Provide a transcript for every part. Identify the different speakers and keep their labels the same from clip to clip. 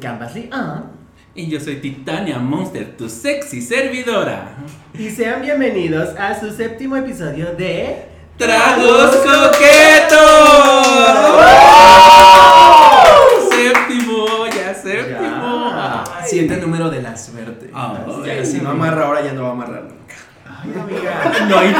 Speaker 1: Canvas Lee Ann.
Speaker 2: Y yo soy Titania Monster, tu sexy servidora.
Speaker 1: Y sean bienvenidos a su séptimo episodio de
Speaker 2: ¡Tragos coquetos! séptimo, ya séptimo.
Speaker 1: Ya.
Speaker 2: Ay.
Speaker 3: Siente el número de la suerte.
Speaker 2: Ah,
Speaker 3: Ya,
Speaker 2: bueno.
Speaker 3: si no amarra ahora, ya no va a amarrar nunca.
Speaker 1: Ay, amiga.
Speaker 2: No hay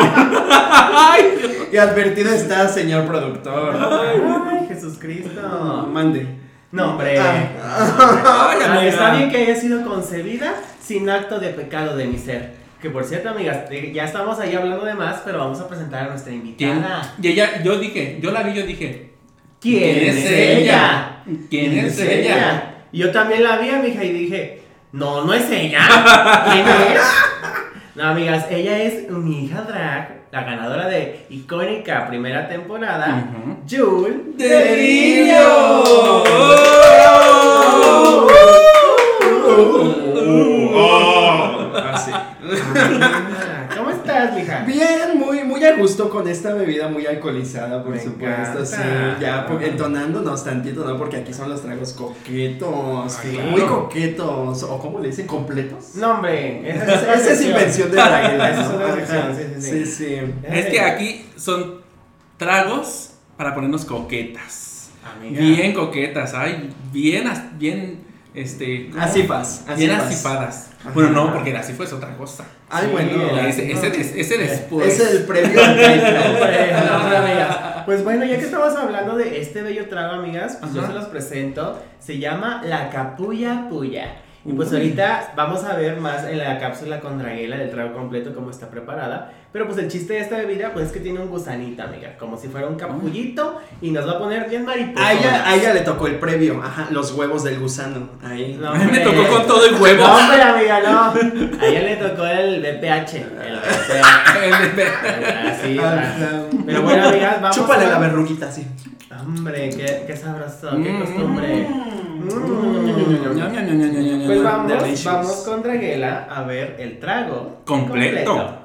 Speaker 2: Ay,
Speaker 3: Y advertido está, señor productor.
Speaker 1: Ay, Jesús Cristo.
Speaker 3: Mande.
Speaker 1: No, hombre.
Speaker 3: Ah.
Speaker 2: Ay, amiga.
Speaker 1: Está bien que haya sido concebida sin acto de pecado de mi ser. Que por cierto, amigas, eh, ya estamos ahí hablando de más, pero vamos a presentar a nuestra
Speaker 2: ¿Quién?
Speaker 1: invitada.
Speaker 2: Y ella, yo dije, yo la vi, yo dije.
Speaker 1: ¿Quién, es ella?
Speaker 2: ¿Quién es ella?
Speaker 1: Y yo también la vi, mija, y dije, no, no es ella. ¿Quién es? No, amigas, ella es mi hija drag, la ganadora de icónica primera temporada,
Speaker 2: Ujú.
Speaker 1: Jul
Speaker 2: ¡De
Speaker 3: ¡Oh! Uh. Así.
Speaker 1: ¿Cómo estás, mija?
Speaker 3: Bien, muy, muy a gusto con esta bebida muy alcoholizada, por
Speaker 1: Me
Speaker 3: supuesto.
Speaker 1: encanta.
Speaker 3: Sí, ya po- entonándonos tantito, ¿no? Porque aquí son los tragos coquetos.
Speaker 1: Ay,
Speaker 3: Muy
Speaker 2: claro.
Speaker 3: coquetos. ¿O cómo le dicen? ¿Completos?
Speaker 1: No, hombre, esa es,
Speaker 3: Esa es invención de Braguela.
Speaker 1: Esa es
Speaker 3: ¿no?
Speaker 1: otra
Speaker 3: Ajá.
Speaker 1: sección, sí, sí, sí.
Speaker 3: sí.
Speaker 2: Es que aquí son tragos para ponernos coquetas.
Speaker 1: Amiga.
Speaker 2: Bien coquetas, ay, bien, as- bien, este, ¿cómo?
Speaker 3: Así pas, así
Speaker 2: bien
Speaker 3: pas.
Speaker 2: asipadas.
Speaker 3: Ajá.
Speaker 2: Bueno, no, porque el asifo es otra cosa.
Speaker 3: Ay,
Speaker 1: Sí,
Speaker 3: bueno.
Speaker 1: la-
Speaker 2: Ese, ese des- ese después.
Speaker 1: Pues.
Speaker 3: Es el previo al pleito.
Speaker 1: Hombre, no, hombre, amigas. Pues bueno, ya que estamos hablando de este bello trago, amigas, pues yo
Speaker 2: Ajá.
Speaker 1: se los presento. Se llama la capulla puya. Y pues
Speaker 2: Uy.
Speaker 1: ahorita vamos a ver más en la cápsula con draguela del trago completo cómo está preparada. Pero pues el chiste de esta bebida pues es que tiene un gusanito, amiga. Como si fuera un capullito y nos va a poner bien mariposa.
Speaker 3: A ella, a ella le tocó el previo, ajá, los huevos del gusano. Ahí.
Speaker 1: No,
Speaker 2: Me tocó con todo el huevo.
Speaker 1: No, hombre, amiga, no. A ella le tocó el BPH. El BPH.
Speaker 2: El de-
Speaker 1: Así,
Speaker 3: Ah,
Speaker 1: Pero bueno, amigas, vamos
Speaker 3: Chúpale
Speaker 1: a-
Speaker 3: la verruguita, sí.
Speaker 1: Ah, Hombre, qué, qué sabroso, qué
Speaker 2: Mm.
Speaker 1: costumbre.
Speaker 2: Mm. Ña,
Speaker 1: Mm.
Speaker 2: ña, ña, ña, ña, ña, ña.
Speaker 1: Pues vamos,
Speaker 3: Delicious.
Speaker 1: vamos con Draguela a ver el trago
Speaker 2: Completo.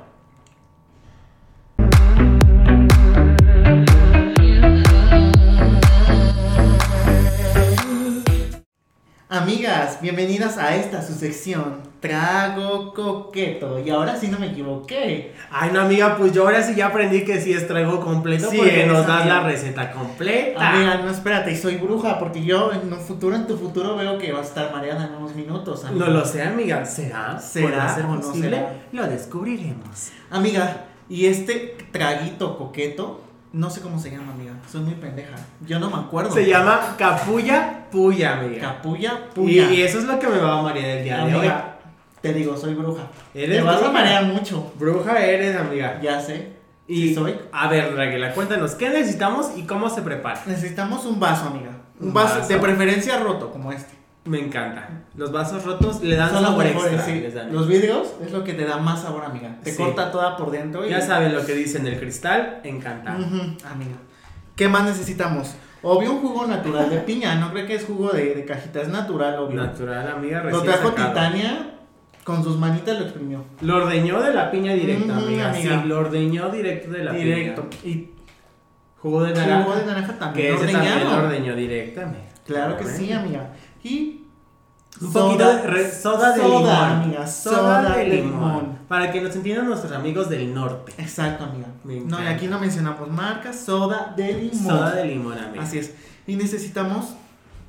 Speaker 4: Amigas, bienvenidas a esta su sección, Trago Coqueto. Y ahora sí no me equivoqué.
Speaker 1: Ay, no, amiga, pues yo ahora sí ya aprendí que sí es trago completo
Speaker 4: Sí
Speaker 1: porque
Speaker 4: es,
Speaker 1: nos das
Speaker 4: amiga.
Speaker 1: la receta completa.
Speaker 4: Amiga, no espérate, y soy bruja porque yo en un futuro, en tu futuro veo que vas a estar mareada en unos minutos. Amiga,
Speaker 1: No lo sé, amiga. ¿Será?
Speaker 4: ¿Será
Speaker 1: ¿Podrá ser
Speaker 4: o no
Speaker 1: posible?
Speaker 4: será?
Speaker 1: Lo descubriremos.
Speaker 4: Amiga, y este traguito coqueto, no sé cómo se llama, amiga. Soy muy pendeja. Yo no me acuerdo.
Speaker 1: Se llama Capulla Puya, amiga.
Speaker 4: Capulla
Speaker 1: Y,
Speaker 4: Puya.
Speaker 1: y eso es lo que me va a marear el día de hoy.
Speaker 4: Amiga, te digo, soy bruja.
Speaker 1: Eres
Speaker 4: Te vas
Speaker 1: bruja.
Speaker 4: a marear mucho.
Speaker 1: Bruja eres, amiga.
Speaker 4: Ya sé.
Speaker 1: Y
Speaker 4: Sí soy.
Speaker 1: A ver, Raquel, cuéntanos, ¿qué necesitamos y cómo se prepara?
Speaker 4: Necesitamos un vaso, amiga. Un
Speaker 1: Un
Speaker 4: vaso,
Speaker 1: vaso.
Speaker 4: de preferencia roto, como este.
Speaker 1: Me encanta. Los vasos rotos le dan
Speaker 4: Son los
Speaker 1: sabor
Speaker 4: mejores,
Speaker 1: extra.
Speaker 4: sí.
Speaker 1: les dan.
Speaker 4: Los vidrios es lo que te da más sabor, amiga. Te
Speaker 1: Sí.
Speaker 4: corta toda por dentro. Y...
Speaker 1: Ya saben lo que dicen el cristal, encanta.
Speaker 4: Ujú, amiga. ¿Qué más necesitamos? Obvio un jugo natural de piña. No creo que es jugo de, de cajita, es natural, obvio.
Speaker 1: Natural, amiga,
Speaker 4: lo
Speaker 1: recién
Speaker 4: trajo
Speaker 1: sacado.
Speaker 4: Titania, con sus manitas lo exprimió.
Speaker 1: Lo ordeñó de la piña directa,
Speaker 4: Mm,
Speaker 1: amiga.
Speaker 4: amiga.
Speaker 1: Sí, lo ordeñó directo de la
Speaker 4: Directo.
Speaker 1: piña.
Speaker 4: Y
Speaker 1: Jugo de naranja.
Speaker 4: jugo de naranja también.
Speaker 1: que ese también lo
Speaker 4: ordeñado.
Speaker 1: ordeñó directa, amiga.
Speaker 4: Claro que
Speaker 1: Bueno.
Speaker 4: sí, amiga. Y
Speaker 1: Un poquito de re- soda de limón.
Speaker 4: amiga, soda, de limón.
Speaker 1: Para que nos entiendan nuestros amigos del norte.
Speaker 4: Exacto, amiga.
Speaker 1: Me
Speaker 4: No, y
Speaker 1: encanta.
Speaker 4: aquí no mencionamos marcas, soda de limón.
Speaker 1: Soda de limón, amiga.
Speaker 4: Así es. Y necesitamos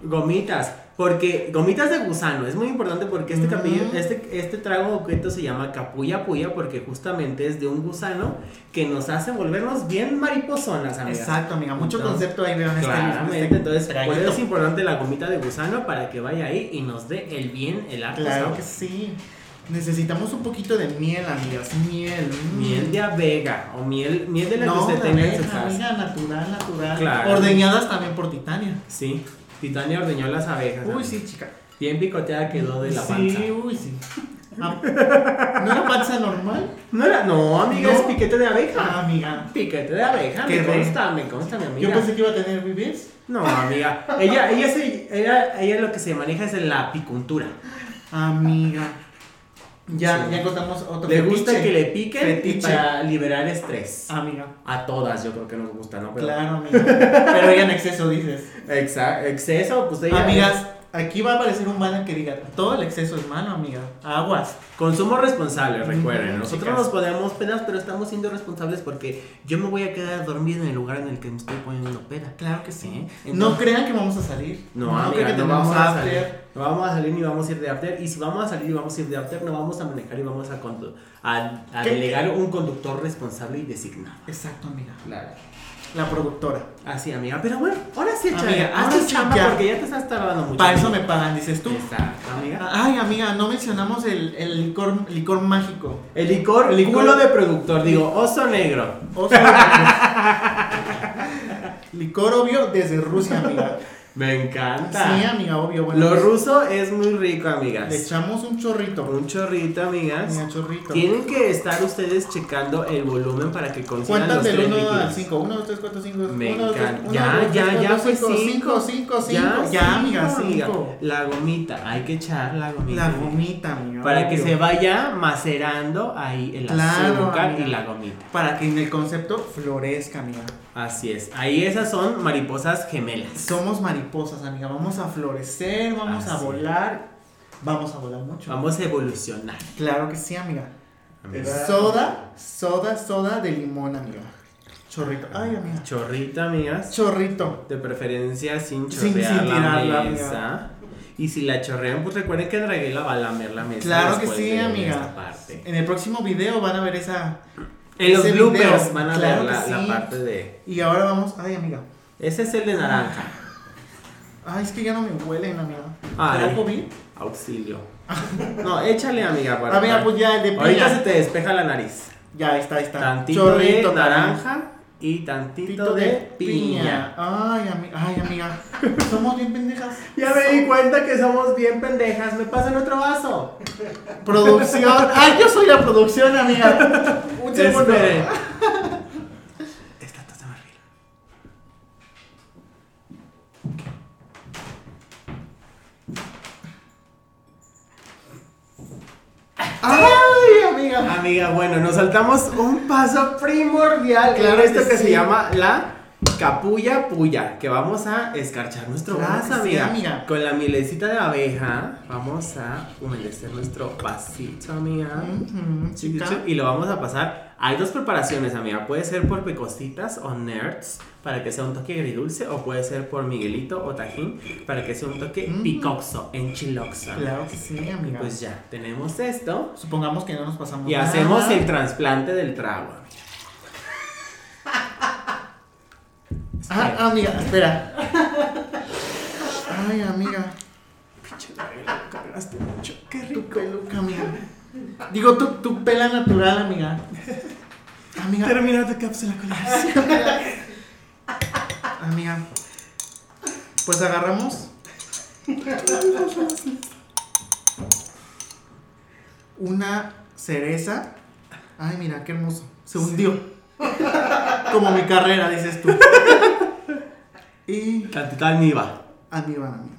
Speaker 1: Gomitas, porque gomitas de gusano es muy importante porque este,
Speaker 4: Ujú.
Speaker 1: capillo- este, este trago objeto se llama capulla puya porque justamente es de un gusano que nos hace volvernos bien mariposonas, amiga.
Speaker 4: Exacto, amiga. Mucho
Speaker 1: Entonces,
Speaker 4: concepto ahí veo en este-
Speaker 1: Claramente,
Speaker 4: este
Speaker 1: entonces por
Speaker 4: traguito.
Speaker 1: eso es importante la gomita de gusano para que vaya ahí y nos dé el bien, el harto
Speaker 4: Claro
Speaker 1: sabor.
Speaker 4: que sí. Necesitamos un poquito de miel, amigas. Miel. mm.
Speaker 1: Miel de abeja o miel, miel de la que
Speaker 4: No,
Speaker 1: usted
Speaker 4: de
Speaker 1: tenga en su
Speaker 4: abeja,
Speaker 1: casa.
Speaker 4: amiga, natural, natural.
Speaker 1: Claro.
Speaker 4: Ordeñadas también por Titania.
Speaker 1: Sí, Titania ordeñó las abejas.
Speaker 4: Uy,
Speaker 1: amiga.
Speaker 4: sí, chica.
Speaker 1: Bien picoteada quedó de la panza.
Speaker 4: sí, uy, sí. Ah, ¿No era panza normal?
Speaker 1: No era, no, amiga,
Speaker 4: No.
Speaker 1: es piquete de abeja.
Speaker 4: Ah, amiga.
Speaker 1: Piquete de abeja, me
Speaker 4: Qué raro.
Speaker 1: consta, me consta, mi amiga.
Speaker 4: Yo pensé que iba a tener bebés.
Speaker 1: No, amiga. Ella, ella, se, ella, ella lo que se maneja es en la apicultura.
Speaker 4: Amiga. Ya,
Speaker 1: Sí.
Speaker 4: ya encontramos otro
Speaker 1: Le gusta
Speaker 4: fetiche.
Speaker 1: que le piquen y
Speaker 4: Fetiche.
Speaker 1: para liberar estrés.
Speaker 4: Amiga.
Speaker 1: A todas yo creo que nos gusta, ¿no? Pero-
Speaker 4: Claro, amiga. Pero ella en exceso, dices.
Speaker 1: Exa- exceso, pues ella...
Speaker 4: Amigas, Aquí va a aparecer un banner que diga, todo el exceso es malo, amiga. Aguas.
Speaker 1: Consumo responsable, recuerden.
Speaker 4: Mm,
Speaker 1: Nosotros
Speaker 4: chicas.
Speaker 1: nos ponemos penas, pero estamos siendo responsables porque yo me voy a quedar dormida en el lugar en el que me estoy poniendo peda.
Speaker 4: Claro que sí.
Speaker 1: Sí.
Speaker 4: No crean que vamos a salir.
Speaker 1: No, amiga,
Speaker 4: crean que
Speaker 1: no
Speaker 4: tenemos
Speaker 1: vamos a
Speaker 4: after.
Speaker 1: salir. No vamos a salir ni vamos a ir de after. Y si vamos a salir y vamos a ir de after, no vamos a manejar y vamos a, condu- a, a
Speaker 4: ¿Qué?
Speaker 1: delegar un conductor responsable y designado.
Speaker 4: Exacto, amiga.
Speaker 3: Claro.
Speaker 4: La productora.
Speaker 1: Así, amiga. Pero bueno, ahora sí,
Speaker 4: Amiga,
Speaker 1: échale. Haz
Speaker 4: ahora
Speaker 1: tu
Speaker 4: sí,
Speaker 1: chamba
Speaker 4: ya.
Speaker 1: porque ya te estás tardando mucho.
Speaker 4: Para eso me pagan, dices tú. Ah.
Speaker 1: Exacto, amiga.
Speaker 4: Ay, amiga, no mencionamos el, el licor, licor mágico.
Speaker 1: El licor,
Speaker 4: El
Speaker 1: el
Speaker 4: licor.
Speaker 1: culo de productor. Digo, oso negro.
Speaker 4: Oso de- licor obvio desde Rusia, amiga.
Speaker 1: Me encanta.
Speaker 4: Sí, amiga, obvio. Bueno,
Speaker 1: Lo
Speaker 4: pues,
Speaker 1: ruso es muy rico,
Speaker 4: Le
Speaker 1: amigas.
Speaker 4: echamos un chorrito.
Speaker 1: Un chorrito, amigas.
Speaker 4: Un chorrito.
Speaker 1: Tienen que estar ustedes checando el volumen para que consigan
Speaker 4: Cuentas
Speaker 1: los
Speaker 4: del
Speaker 1: tres
Speaker 4: 1 al
Speaker 1: líquidos.
Speaker 4: 5. 1, 2, 3, 4, 5.
Speaker 1: Me
Speaker 4: 1, 2, 3,
Speaker 1: encanta. Ya, ya, ya fue
Speaker 4: 5,
Speaker 1: cinco.
Speaker 4: 5, 5.
Speaker 1: Ya,
Speaker 4: Ya,
Speaker 1: sí,
Speaker 4: amiga,
Speaker 1: amiga.
Speaker 4: 5.
Speaker 1: La gomita, hay que echar la gomita.
Speaker 4: La gomita, amiga.
Speaker 1: Para que
Speaker 4: obvio.
Speaker 1: se vaya macerando ahí el
Speaker 4: Claro,
Speaker 1: azúcar
Speaker 4: amiga.
Speaker 1: y la gomita.
Speaker 4: Para que en el concepto florezca, amiga.
Speaker 1: Así es. Ahí esas son mariposas gemelas.
Speaker 4: Somos mariposas, amiga. Vamos a florecer, vamos a
Speaker 1: Así.
Speaker 4: volar. Vamos a volar mucho.
Speaker 1: Vamos a evolucionar.
Speaker 4: Claro que sí, amiga.
Speaker 3: ¿Verdad?
Speaker 4: Soda, soda, soda de limón, amiga. Chorrito.
Speaker 1: Ah,
Speaker 4: Ay, amiga.
Speaker 1: Chorrita, amigas.
Speaker 4: Chorrito.
Speaker 1: De preferencia sin
Speaker 4: Sin- sin
Speaker 1: chorrear la
Speaker 4: tirarla,
Speaker 1: mesa. Y si la chorrean, pues recuerden que Draguela va a lamer la mesa.
Speaker 4: Claro que
Speaker 1: después
Speaker 4: sí,
Speaker 1: de
Speaker 4: amiga.
Speaker 1: esta parte.
Speaker 4: En el próximo video van a ver esa.
Speaker 1: En los
Speaker 4: Ese
Speaker 1: bloopers
Speaker 4: video,
Speaker 1: van a
Speaker 4: claro
Speaker 1: ver la,
Speaker 4: que
Speaker 1: la
Speaker 4: sí.
Speaker 1: parte de.
Speaker 4: Y ahora vamos. Ay, amiga.
Speaker 1: Ese es el de naranja.
Speaker 4: Ay, es que ya no me huelen, amiga.
Speaker 1: Ay.
Speaker 4: ¿Será COVID?
Speaker 1: Auxilio. No, échale, amiga. para-
Speaker 4: Amiga, pues ya, de
Speaker 1: Ahorita se
Speaker 4: piña.
Speaker 1: te despeja la nariz.
Speaker 4: Ya, ahí está, ahí está.
Speaker 1: Tantito de naranja y tantito de, piña.
Speaker 4: Ay, ami- ay, amiga. Somos bien pendejas.
Speaker 1: Ya me di cuenta que somos bien pendejas. Me pasan otro vaso.
Speaker 4: Producción. Ay, yo soy la producción, amiga. Un segundo.
Speaker 1: Esperen. Esta taza me arregla.
Speaker 4: Ay, amiga.
Speaker 1: Amiga, bueno, nos saltamos un paso primordial
Speaker 4: Claro
Speaker 1: claro esto
Speaker 4: que
Speaker 1: que,
Speaker 4: sí.
Speaker 1: se llama la capulla puya, que vamos a escarchar nuestro
Speaker 4: Claro
Speaker 1: vaso,
Speaker 4: que sí,
Speaker 1: amiga.
Speaker 4: amiga.
Speaker 1: Con la mielecita de abeja vamos a humedecer nuestro vasito, amiga.
Speaker 4: Ujú, Mm, chica.
Speaker 1: Y lo vamos a pasar. Hay dos preparaciones, amiga. Puede ser por pecositas o nerds para que sea un toque agridulce, o puede ser por miguelito o tajín para que sea un toque
Speaker 4: Mm.
Speaker 1: picoxo, enchiloxo.
Speaker 4: Claro que sí,
Speaker 1: Y
Speaker 4: amiga.
Speaker 1: pues ya, tenemos esto.
Speaker 4: Supongamos que no nos pasamos
Speaker 1: Y
Speaker 4: nada.
Speaker 1: hacemos el trasplante del trago. amiga.
Speaker 4: Ah, amiga, espera. Ay, amiga. Qué rico. Tu peluca, amiga. Digo, tu, tu pela natural, amiga. Amiga.
Speaker 2: Termina tu cápsula con la
Speaker 4: Amiga. Pues agarramos. Una cereza. Ay, mira, qué hermoso. Se hundió. Como mi carrera, dices tú. Y.
Speaker 1: Tantita almíbar.
Speaker 4: Amiga, amiga.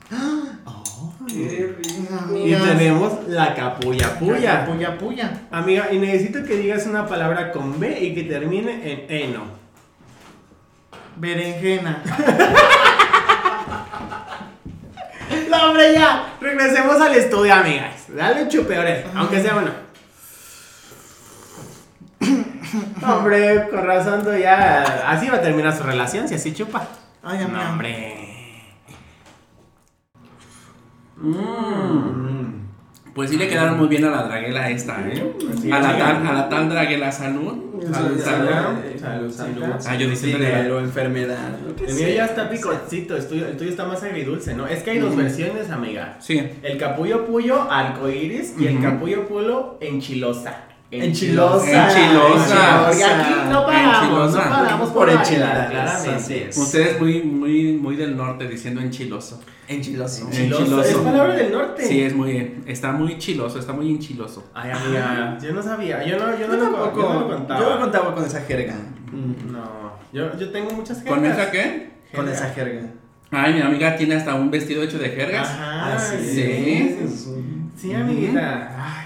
Speaker 3: Qué rico.
Speaker 1: Y
Speaker 4: Amigas.
Speaker 1: tenemos la capulla puya.
Speaker 4: Puya. Puya, puya.
Speaker 1: Amiga, y necesito que digas una palabra con B y que termine en E, eno.
Speaker 4: Berenjena.
Speaker 1: No, hombre, ya. Regresemos al estudio, amigas. Dale chupeores, aunque sea uno. Hombre, con razón tú ya. Así va a terminar su relación si así chupa.
Speaker 4: Ay,
Speaker 1: No,
Speaker 4: amiga.
Speaker 1: hombre.
Speaker 3: Mm.
Speaker 2: Pues sí le quedaron muy bien a la draguela esta, ¿eh? A la tal, a la tal draguela salud. Salud, salud.
Speaker 1: Salud, salud, salud.
Speaker 2: Ah, yo diciéndole-
Speaker 3: Dinero, enfermedad. lo que
Speaker 1: El mío ya está picocito, el tuyo, el tuyo está más agridulce, ¿no? Es que hay dos versiones, amiga.
Speaker 2: Sí.
Speaker 1: El capullo puyo arcoíris y el
Speaker 2: Ujú.
Speaker 1: capullo pulo enchilosa.
Speaker 4: Enchilosa.
Speaker 2: Enchilosa.
Speaker 1: Y aquí no paramos,
Speaker 2: Enchilosa.
Speaker 1: no paramos por
Speaker 3: Por
Speaker 1: enchiladas,
Speaker 3: enchiladas, así
Speaker 1: claramente.
Speaker 3: es.
Speaker 2: Ustedes muy, muy, muy del norte diciendo enchiloso.
Speaker 3: Enchiloso.
Speaker 1: Enchiloso.
Speaker 2: Enchiloso.
Speaker 1: Es palabra del norte.
Speaker 2: Sí, es muy, está muy chiloso, está muy enchiloso.
Speaker 1: Ay, amiga, yo no sabía, yo no, yo no,
Speaker 3: Yo
Speaker 1: lo,
Speaker 3: tampoco.
Speaker 1: yo no lo contaba. Mm,
Speaker 3: Yo no contaba con esa jerga.
Speaker 1: No, yo, yo tengo muchas
Speaker 2: ¿Con
Speaker 1: jergas.
Speaker 2: esa qué?
Speaker 3: Con
Speaker 1: Jerga.
Speaker 3: esa jerga.
Speaker 2: Ay, mi amiga tiene hasta un vestido hecho de jergas.
Speaker 1: Ajá,
Speaker 3: Así
Speaker 1: Ah, sí.
Speaker 2: es.
Speaker 1: Sí, amiguita. Ay,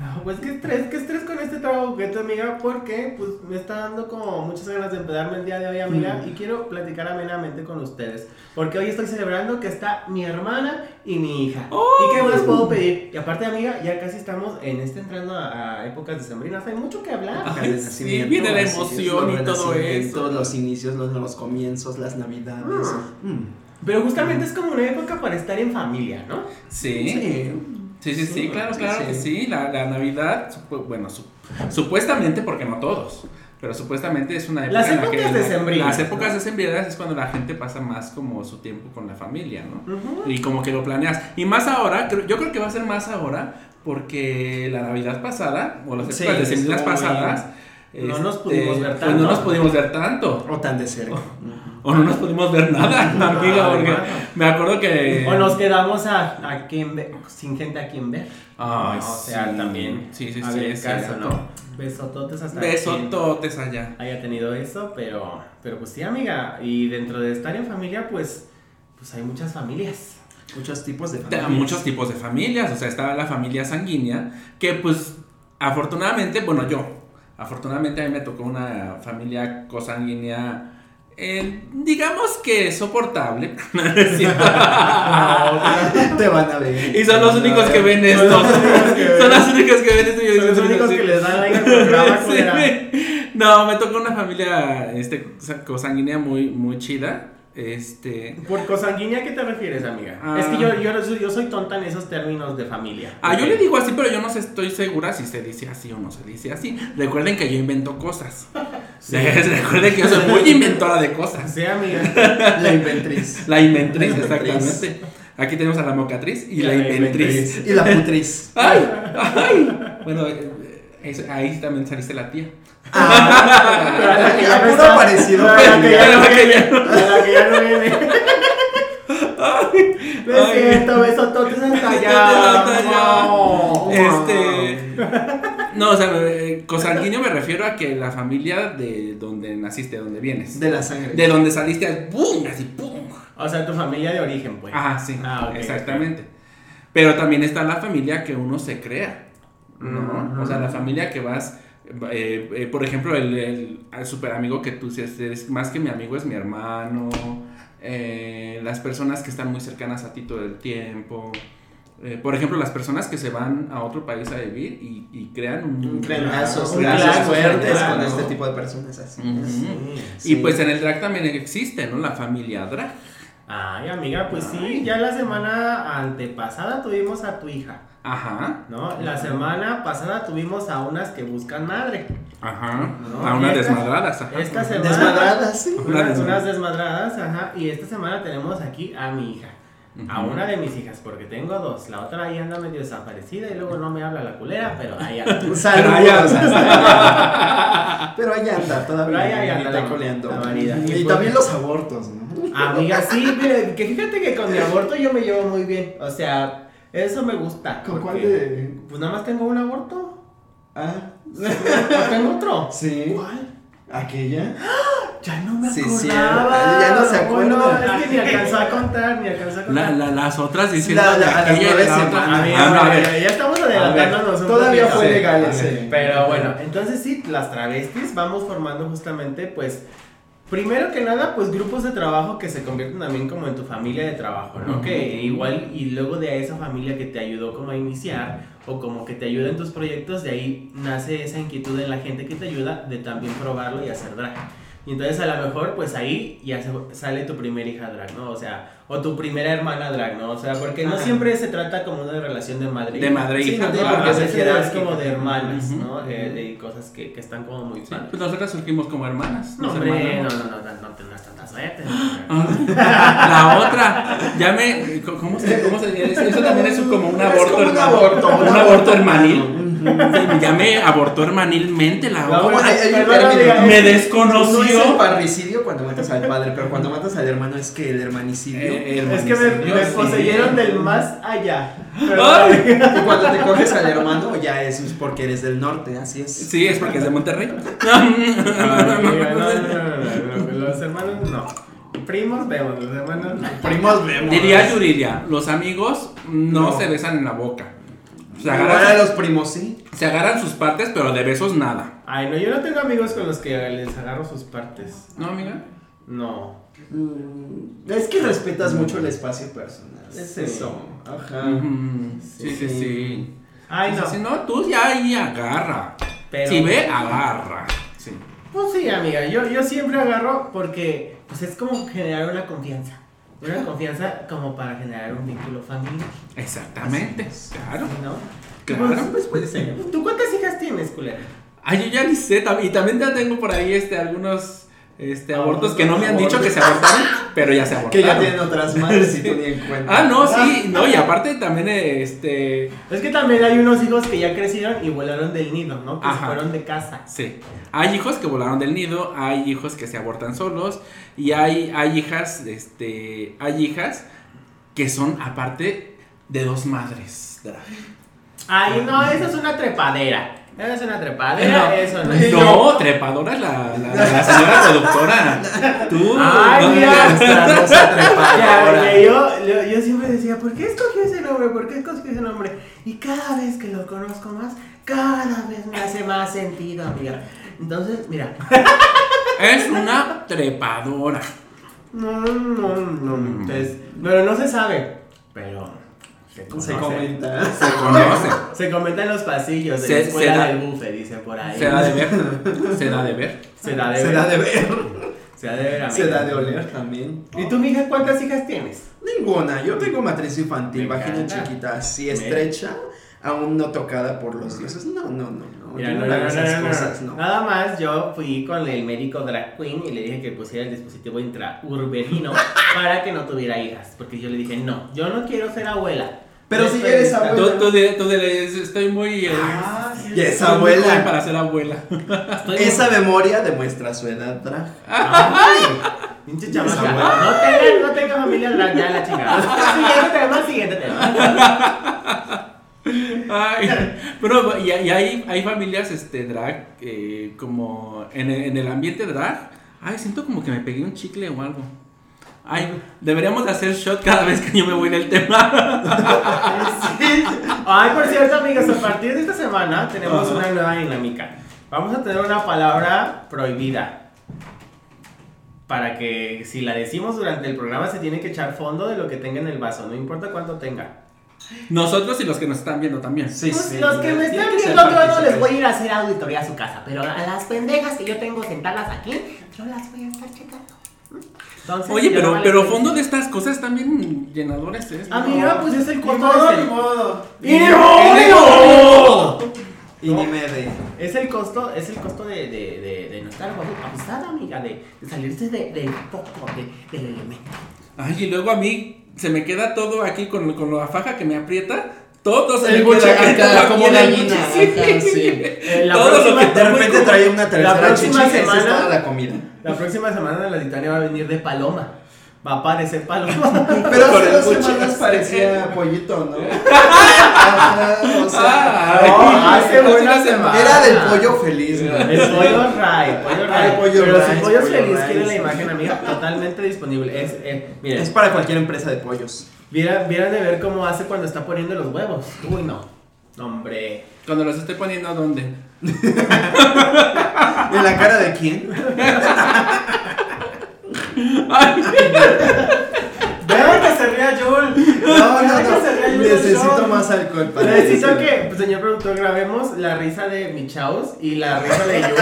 Speaker 1: No, pues qué estrés, qué estrés con este trago coqueto, amiga, porque pues me está dando como muchas ganas de empezarme el día de hoy, amiga, y quiero platicar amenamente con ustedes, porque hoy estoy celebrando que está mi hermana y mi hija. ¿Y qué más puedo pedir? Y aparte, amiga, ya casi estamos en este entrando a, a épocas de sembrinas, hay mucho que hablar.
Speaker 2: Ay, sí, viene la
Speaker 3: así es,
Speaker 2: emoción
Speaker 3: los
Speaker 2: y todo
Speaker 3: renacimientos,
Speaker 2: eso.
Speaker 3: Los inicios, los nuevos comienzos, las navidades.
Speaker 2: Ah,
Speaker 3: Mm.
Speaker 1: Pero justamente es como una época para estar en familia, ¿no?
Speaker 2: Sí. Sí, sí, sí, claro, claro que
Speaker 3: sí.
Speaker 2: sí. La, la Navidad, supu- bueno, su- supuestamente, porque no todos, pero supuestamente es una época.
Speaker 1: Las
Speaker 2: en la
Speaker 1: épocas
Speaker 2: que,
Speaker 1: decembrinas.
Speaker 2: Las épocas decembrinas es cuando la gente pasa más como su tiempo con la familia, ¿no?
Speaker 1: Ujú.
Speaker 2: Y como que lo planeas. Y más ahora, creo- yo creo que va a ser más ahora, porque la Navidad pasada, o las
Speaker 3: Sí,
Speaker 2: épocas decembrinas
Speaker 3: estuvo muy-
Speaker 2: pasadas.
Speaker 1: no nos pudimos ver
Speaker 2: pues
Speaker 1: tanto.
Speaker 2: no nos pudimos ver tanto.
Speaker 3: O tan de
Speaker 2: Oh.
Speaker 3: cerca.
Speaker 2: O no nos pudimos ver nada, amiga,
Speaker 1: Ay,
Speaker 2: porque
Speaker 1: mano.
Speaker 2: me acuerdo que.
Speaker 1: O nos quedamos a, a quien ve- sin gente a quien ver.
Speaker 2: Ay,
Speaker 1: o sea,
Speaker 2: sí.
Speaker 1: también.
Speaker 2: Sí, sí,
Speaker 1: a
Speaker 2: sí.
Speaker 1: ver,
Speaker 2: es
Speaker 1: caso,
Speaker 2: cierto.
Speaker 1: ¿no? Besototes hasta quien-
Speaker 2: Besototes allá.
Speaker 1: haya tenido eso, pero, pero pues sí, amiga. Y dentro de estar en familia, pues, pues hay muchas familias.
Speaker 3: Muchos tipos de
Speaker 2: Te-
Speaker 3: familias.
Speaker 2: Muchos tipos de familias, o sea, estaba la familia sanguínea, que pues afortunadamente, bueno, yo, afortunadamente a mí me tocó una familia cosanguínea, eh, digamos que soportable. No es cierto.
Speaker 3: Ah, Te van a ver.
Speaker 2: y son los únicos que ven esto.
Speaker 1: Son los únicos que ven.
Speaker 2: Son los únicos que ven esto. y
Speaker 1: Son
Speaker 2: yo digo,
Speaker 1: los
Speaker 2: "Sí,
Speaker 1: únicos
Speaker 2: sí".
Speaker 1: que les dan like al programa,
Speaker 2: Sí,
Speaker 1: culera.
Speaker 2: me- No, me tocó una familia este, cosanguínea muy, muy chida. Este,
Speaker 1: ¿Por cosanguínea a qué te refieres, amiga?
Speaker 2: Ah.
Speaker 1: Es que yo, yo, no soy- yo soy tonta en esos términos de familia.
Speaker 2: Ah, yo le digo así, pero yo no sé- estoy segura si se dice así o no se dice así. Recuerden que yo invento cosas. Recuerden que yo soy muy inventora de cosas.
Speaker 1: Sí, amiga.
Speaker 3: La inventriz.
Speaker 2: La inventriz,
Speaker 3: La inventriz.
Speaker 2: exactamente. Aquí tenemos a la mocatriz y
Speaker 1: Y
Speaker 2: la
Speaker 1: a la
Speaker 2: inventriz.
Speaker 1: inventriz.
Speaker 3: Y la putriz.
Speaker 2: ¡Ay! ¡Ay! Bueno, eh, eso- ahí también saliste la tía.
Speaker 3: Ah,
Speaker 1: Pero a la que ya no
Speaker 3: Puro
Speaker 1: está-
Speaker 3: parecido,
Speaker 1: a la que ya
Speaker 2: pero
Speaker 1: no
Speaker 2: la que
Speaker 1: viene,
Speaker 2: ya no-
Speaker 1: a la que ya no viene. No es
Speaker 2: Ay.
Speaker 1: cierto, besototes hasta allá.
Speaker 2: Hasta allá.
Speaker 1: Wow.
Speaker 2: Este. No, o sea, eh, cosanguíneo me refiero a que la familia de donde naciste, donde vienes.
Speaker 3: De la sangre.
Speaker 2: De donde saliste, ¡pum! Así, ¡pum!
Speaker 1: O sea, tu familia de origen, pues.
Speaker 2: Ajá, sí,
Speaker 1: Ah, ok,
Speaker 2: exactamente. Pero también está la familia que uno se crea, ¿no?
Speaker 1: Ujú.
Speaker 2: O sea, la familia que vas, eh, eh, por ejemplo, el, el, super amigo que tú sí eres, eres más que mi amigo es mi hermano, eh, las personas que están muy cercanas a ti todo el tiempo. eh, por ejemplo, las personas que se van a otro país a vivir y, y crean un...
Speaker 1: Crean-
Speaker 3: lazos,
Speaker 1: Un
Speaker 3: lazos
Speaker 1: lazo,
Speaker 3: fuertes
Speaker 1: claro.
Speaker 3: con este tipo de personas. Así
Speaker 2: Ujú.
Speaker 3: es.
Speaker 1: Sí.
Speaker 2: Y
Speaker 3: Sí.
Speaker 2: pues en el drag también existe, ¿no? La familia drag.
Speaker 1: Ay, amiga, pues sí, ya la semana antepasada tuvimos a tu hija,
Speaker 2: Ajá,
Speaker 1: ¿no? La semana pasada tuvimos a unas que buscan madre.
Speaker 2: ajá.
Speaker 1: No,
Speaker 2: a unas
Speaker 1: esta-
Speaker 2: desmadradas, ajá.
Speaker 1: Esta semana.
Speaker 3: Desmadradas, sí.
Speaker 2: Una
Speaker 1: Unas,
Speaker 2: desmadrada.
Speaker 1: unas desmadradas, ajá. Y esta semana tenemos aquí a mi hija. A
Speaker 2: Ujú.
Speaker 1: una de mis hijas, porque tengo dos. La otra ahí anda medio desaparecida y luego no me habla la culera, pero ahí anda.
Speaker 3: Saludos.
Speaker 2: Pero allá-
Speaker 3: hasta allá. Pero allá anda todavía.
Speaker 1: Pero allá anda
Speaker 3: está
Speaker 1: la-
Speaker 3: coleando.
Speaker 1: la vanidad.
Speaker 3: Y también los abortos, ¿no?
Speaker 1: Amiga, sí, mire, que fíjate que con mi aborto yo me llevo muy bien. O sea, eso me gusta.
Speaker 3: ¿Con cuál
Speaker 1: porque,
Speaker 3: de...?
Speaker 1: Pues nada más tengo un aborto.
Speaker 3: Ah,
Speaker 1: No tengo otro.
Speaker 3: sí.
Speaker 1: ¿Cuál?
Speaker 3: Aquella.
Speaker 1: Ya no me
Speaker 3: Sí,
Speaker 1: acordaba.
Speaker 3: cierto. Ya no se acuerda.
Speaker 1: No, es que ni alcanzó a contar, ni alcanzó a
Speaker 2: La-
Speaker 1: contar.
Speaker 2: la- las otras diciendo
Speaker 3: La- la-
Speaker 2: que
Speaker 3: a las
Speaker 2: aquella
Speaker 3: nueve
Speaker 2: y la otra.
Speaker 3: semanas.
Speaker 1: A ver,
Speaker 2: Ah, no, a ver.
Speaker 1: ya estamos adelantándonos un
Speaker 3: Todavía
Speaker 1: poquito.
Speaker 3: fue
Speaker 1: Sí.
Speaker 3: legal
Speaker 2: sí.
Speaker 3: ese.
Speaker 1: Pero bueno, entonces sí, las travestis vamos formando justamente, pues, primero que nada, pues grupos de trabajo que se convierten también como en tu familia de trabajo, ¿no?
Speaker 2: Ujú.
Speaker 1: Que igual, y luego de esa familia que te ayudó como a iniciar o como que te ayuda en tus proyectos, de ahí nace esa inquietud en la gente que te ayuda de también probarlo y hacer drag. Y entonces a lo mejor, pues ahí ya se- sale tu primera hija drag, ¿no? O sea, o tu primera hermana drag, ¿no? O sea, porque no
Speaker 3: Ajá.
Speaker 1: siempre se trata como una relación de madre.
Speaker 2: De madre e
Speaker 1: Sí,
Speaker 2: hija,
Speaker 1: no,
Speaker 2: ¿no?
Speaker 1: tiene por
Speaker 2: Porque
Speaker 1: qué
Speaker 3: se
Speaker 1: ser
Speaker 3: queda
Speaker 1: edades
Speaker 3: aquí.
Speaker 1: como de hermanas,
Speaker 2: Ujú.
Speaker 1: ¿no? De, de cosas que, que están como muy
Speaker 2: Sí,
Speaker 1: padres.
Speaker 2: pues nosotras surgimos como hermanas.
Speaker 1: pues, No,
Speaker 2: nos
Speaker 1: hombre, no,
Speaker 2: hermanamos.
Speaker 1: no, no, no, no tengas tanta suerte.
Speaker 2: Ah, La otra, ya me. ¿Cómo se.? Cómo se es- eso también es como un
Speaker 3: Es
Speaker 2: aborto.
Speaker 3: como un
Speaker 2: hermano.
Speaker 3: aborto,
Speaker 2: Un
Speaker 3: un
Speaker 2: aborto
Speaker 3: aborto
Speaker 2: hermanil. Sí, Ya me abortó hermanilmente la
Speaker 1: La
Speaker 2: otra.
Speaker 1: otra.
Speaker 3: Hay- hay un
Speaker 1: Perdón,
Speaker 3: término.
Speaker 1: amiga,
Speaker 2: Me
Speaker 1: es-
Speaker 3: No es el
Speaker 2: desconoció.
Speaker 3: parricidio cuando matas al padre, pero cuando matas al hermano es que el hermanicidio.
Speaker 2: Eh,
Speaker 1: Es que me,
Speaker 2: hermanicidio,
Speaker 1: me
Speaker 2: sí.
Speaker 1: poseyeron del más allá.
Speaker 2: Ay.
Speaker 3: Y cuando te coges al hermano ya es porque eres del norte, así es.
Speaker 2: Sí, es porque es de Monterrey.
Speaker 1: Amiga, no, no, no, no, no, Los hermanos no. Primos vemos, los hermanos no.
Speaker 3: Primos vemos.
Speaker 2: Diría Yuridia: los amigos no,
Speaker 3: No.
Speaker 2: se besan en la boca. Se
Speaker 3: Igual pues, a
Speaker 2: agarran,
Speaker 3: los primos, sí.
Speaker 2: se agarran sus partes, pero de besos nada.
Speaker 1: Ay, no, yo no tengo amigos con los que les agarro sus partes.
Speaker 2: ¿No, amiga?
Speaker 1: No.
Speaker 3: Mm, Es que respetas mucho el espacio personal.
Speaker 1: Es
Speaker 3: Sí.
Speaker 1: eso.
Speaker 3: Ajá.
Speaker 2: Ujú, Sí, sí,
Speaker 3: Sí.
Speaker 2: sí.
Speaker 1: Ay, no.
Speaker 2: Si no, tú ya ahí agarra.
Speaker 1: Pero-
Speaker 2: Si ve, agarra. Sí.
Speaker 1: Pues sí, amiga, yo, yo siempre agarro porque pues es como generar una confianza. Una confianza como para generar un vínculo familiar,
Speaker 2: Exactamente. Claro.
Speaker 1: ¿no?
Speaker 2: Claro.
Speaker 1: Pues, puede ser. ¿Tú cuántas hijas tienes, culera?
Speaker 2: Ay, Ah, yo ya ni sé. tam- Y también ya tengo por ahí este, algunos este, abortos que no me han
Speaker 3: Abortos.
Speaker 2: dicho que se abortaron, pero ya se abortaron.
Speaker 3: Ah, Que ya tienen otras madres y tú ni en cuenta.
Speaker 2: Ah, no, sí. No, y aparte también este.
Speaker 1: Es que también hay unos hijos que ya crecieron y volaron del nido, ¿no? Que se
Speaker 2: Ajá.
Speaker 1: fueron de casa.
Speaker 2: Sí. Hay hijos que volaron del nido, hay hijos que se abortan solos y hay, hay hijas, este, hay hijas que son aparte de dos madres. drag.
Speaker 1: Ay, no, eso es una trepadera. Eso es una trepadera,
Speaker 2: No.
Speaker 1: Eh, eso no.
Speaker 2: No, trepadora es la, la, la señora productora. Tú.
Speaker 1: Ay,
Speaker 2: no,
Speaker 1: mira.
Speaker 3: Nuestra rosa
Speaker 1: Ya,
Speaker 3: trepadora.
Speaker 1: porque yo, yo, yo siempre decía, ¿por qué escogió ese nombre? ¿Por qué escogió ese nombre? Y cada vez que lo conozco más, cada vez me hace más sentido, amiga. Entonces, mira.
Speaker 2: Es una trepadora.
Speaker 1: No, no, no, no. Entonces, pero no se sabe. Pero se
Speaker 3: Se
Speaker 1: conoce.
Speaker 3: comenta.
Speaker 2: Se conoce.
Speaker 1: Se comenta en los pasillos de
Speaker 2: Se-
Speaker 1: la
Speaker 2: se
Speaker 1: escuela
Speaker 2: da-
Speaker 1: del buffet, dice por ahí.
Speaker 2: Se da de ver. Se da de ver.
Speaker 1: Se da de
Speaker 3: Se
Speaker 1: ver.
Speaker 3: da de ver.
Speaker 1: Se da de ver, amiga.
Speaker 3: Se da de oler también.
Speaker 1: ¿Y tú, mija, cuántas hijas tienes?
Speaker 3: Ninguna, yo tengo matriz infantil,
Speaker 1: Me
Speaker 3: vagina
Speaker 1: encanta.
Speaker 3: chiquita, así
Speaker 1: Me-
Speaker 3: estrecha, aún no tocada por los dioses. No, no, no, no.
Speaker 1: Mira,
Speaker 3: yo
Speaker 1: no,
Speaker 3: le
Speaker 1: no,
Speaker 3: hago
Speaker 1: no,
Speaker 3: esas
Speaker 1: no, Ah, no,
Speaker 3: cosas,
Speaker 1: no.
Speaker 3: no.
Speaker 1: Nada más yo fui con el médico drag queen y le dije que pusiera el dispositivo intraurberino para que no tuviera hijas. Porque yo le dije, no, yo no quiero ser abuela.
Speaker 3: Pero
Speaker 1: No
Speaker 3: si
Speaker 1: estoy
Speaker 3: eres
Speaker 1: lista".
Speaker 3: abuela.
Speaker 2: Tú, tú, di- tú diles, estoy muy. eh,
Speaker 3: Ah, sí,
Speaker 2: estoy
Speaker 3: es
Speaker 2: muy
Speaker 3: abuela.
Speaker 2: joven Para ser abuela.
Speaker 1: Estoy
Speaker 3: Esa memoria demuestra su edad drag.
Speaker 1: Ay, Pinche Ah, chamaca.
Speaker 3: Esa abuela.
Speaker 1: No tenga, no tenga familia drag, ya la chingada. Siguiente tema, siguiente tema.
Speaker 2: Ay, pero y, y hay, hay familias este drag eh, como en el, en el ambiente drag. Ay, siento como que me pegué un chicle o algo. Ay, deberíamos de hacer shot cada vez que yo me voy del tema.
Speaker 1: Sí. Ay, por cierto, amigas, a partir de esta semana tenemos una nueva dinámica. Vamos a tener una palabra prohibida. Para que si la decimos durante el programa se tiene que echar fondo de lo que tenga en el vaso, no importa cuánto tenga.
Speaker 2: Nosotros y los que nos están viendo también.
Speaker 1: Pues los que me están
Speaker 3: Tiene ser
Speaker 1: viendo yo no les
Speaker 3: partícipes.
Speaker 1: voy a ir a hacer auditoría a su casa, pero a las pendejas que yo tengo sentadas aquí, yo las voy a estar checando. Entonces,
Speaker 2: Oye,
Speaker 1: yo
Speaker 2: pero,
Speaker 1: nomás les
Speaker 2: pero
Speaker 1: voy a
Speaker 2: fondo de estas cosas también llenadores es.
Speaker 1: decir, Amiga, pues es el
Speaker 3: Ni
Speaker 1: costo
Speaker 3: modo, ni
Speaker 1: de
Speaker 3: modo.
Speaker 1: ¡Y ni
Speaker 3: modo! Y
Speaker 1: No.
Speaker 3: ni me de.
Speaker 1: Es el costo, es el costo de, de, de, de no estar abu- abusada, amiga, de, de salirse de- del foco, de- del elemento.
Speaker 2: Ay, y luego a mí se me queda todo aquí con, con la faja que me aprieta. Todo se
Speaker 3: El
Speaker 2: me queda
Speaker 3: buche acá,
Speaker 2: aquí
Speaker 3: como
Speaker 2: en el
Speaker 3: gallina,
Speaker 2: buche,
Speaker 3: ajá, sí.
Speaker 1: Eh, la
Speaker 2: Todo lo
Speaker 1: próxima-
Speaker 2: que
Speaker 3: De repente trae una tercera
Speaker 1: próxima
Speaker 3: chichi, esa es
Speaker 1: semana-
Speaker 3: toda la comida.
Speaker 1: La próxima semana la Titania va a venir de paloma. Va a aparecer paloma.
Speaker 3: Pero
Speaker 2: Con
Speaker 3: hace
Speaker 2: el
Speaker 3: dos
Speaker 2: buche.
Speaker 3: semanas parecía pollito, ¿no? Ajá, o sea.
Speaker 2: Ay,
Speaker 3: no,
Speaker 1: hace
Speaker 3: era-
Speaker 1: una semana.
Speaker 3: Era del pollo feliz, güey.
Speaker 1: El pollo Ray, pollo
Speaker 3: Ay,
Speaker 1: Ray.
Speaker 3: pollo
Speaker 1: Pero
Speaker 3: Ray,
Speaker 1: si pollos
Speaker 3: pollo
Speaker 1: feliz
Speaker 3: Ray,
Speaker 1: quiere la
Speaker 3: sí.
Speaker 1: imagen, amiga, totalmente disponible. Es, eh, miren,
Speaker 3: Es para cualquier empresa de pollos.
Speaker 1: vieran, vieran de ver cómo hace cuando está poniendo los huevos. Uy, no. No, Hombre.
Speaker 2: Cuando los estoy poniendo a dónde.
Speaker 3: ¿En la cara de quién?
Speaker 1: Vean que se ría Jul.
Speaker 3: No, no,
Speaker 1: Vean que se ría
Speaker 3: no.
Speaker 1: Jul del
Speaker 3: Necesito
Speaker 1: show.
Speaker 3: más alcohol para
Speaker 1: Necesito
Speaker 3: decirlo.
Speaker 1: que, pues, señor productor, grabemos la risa de Michaus y la risa de Yul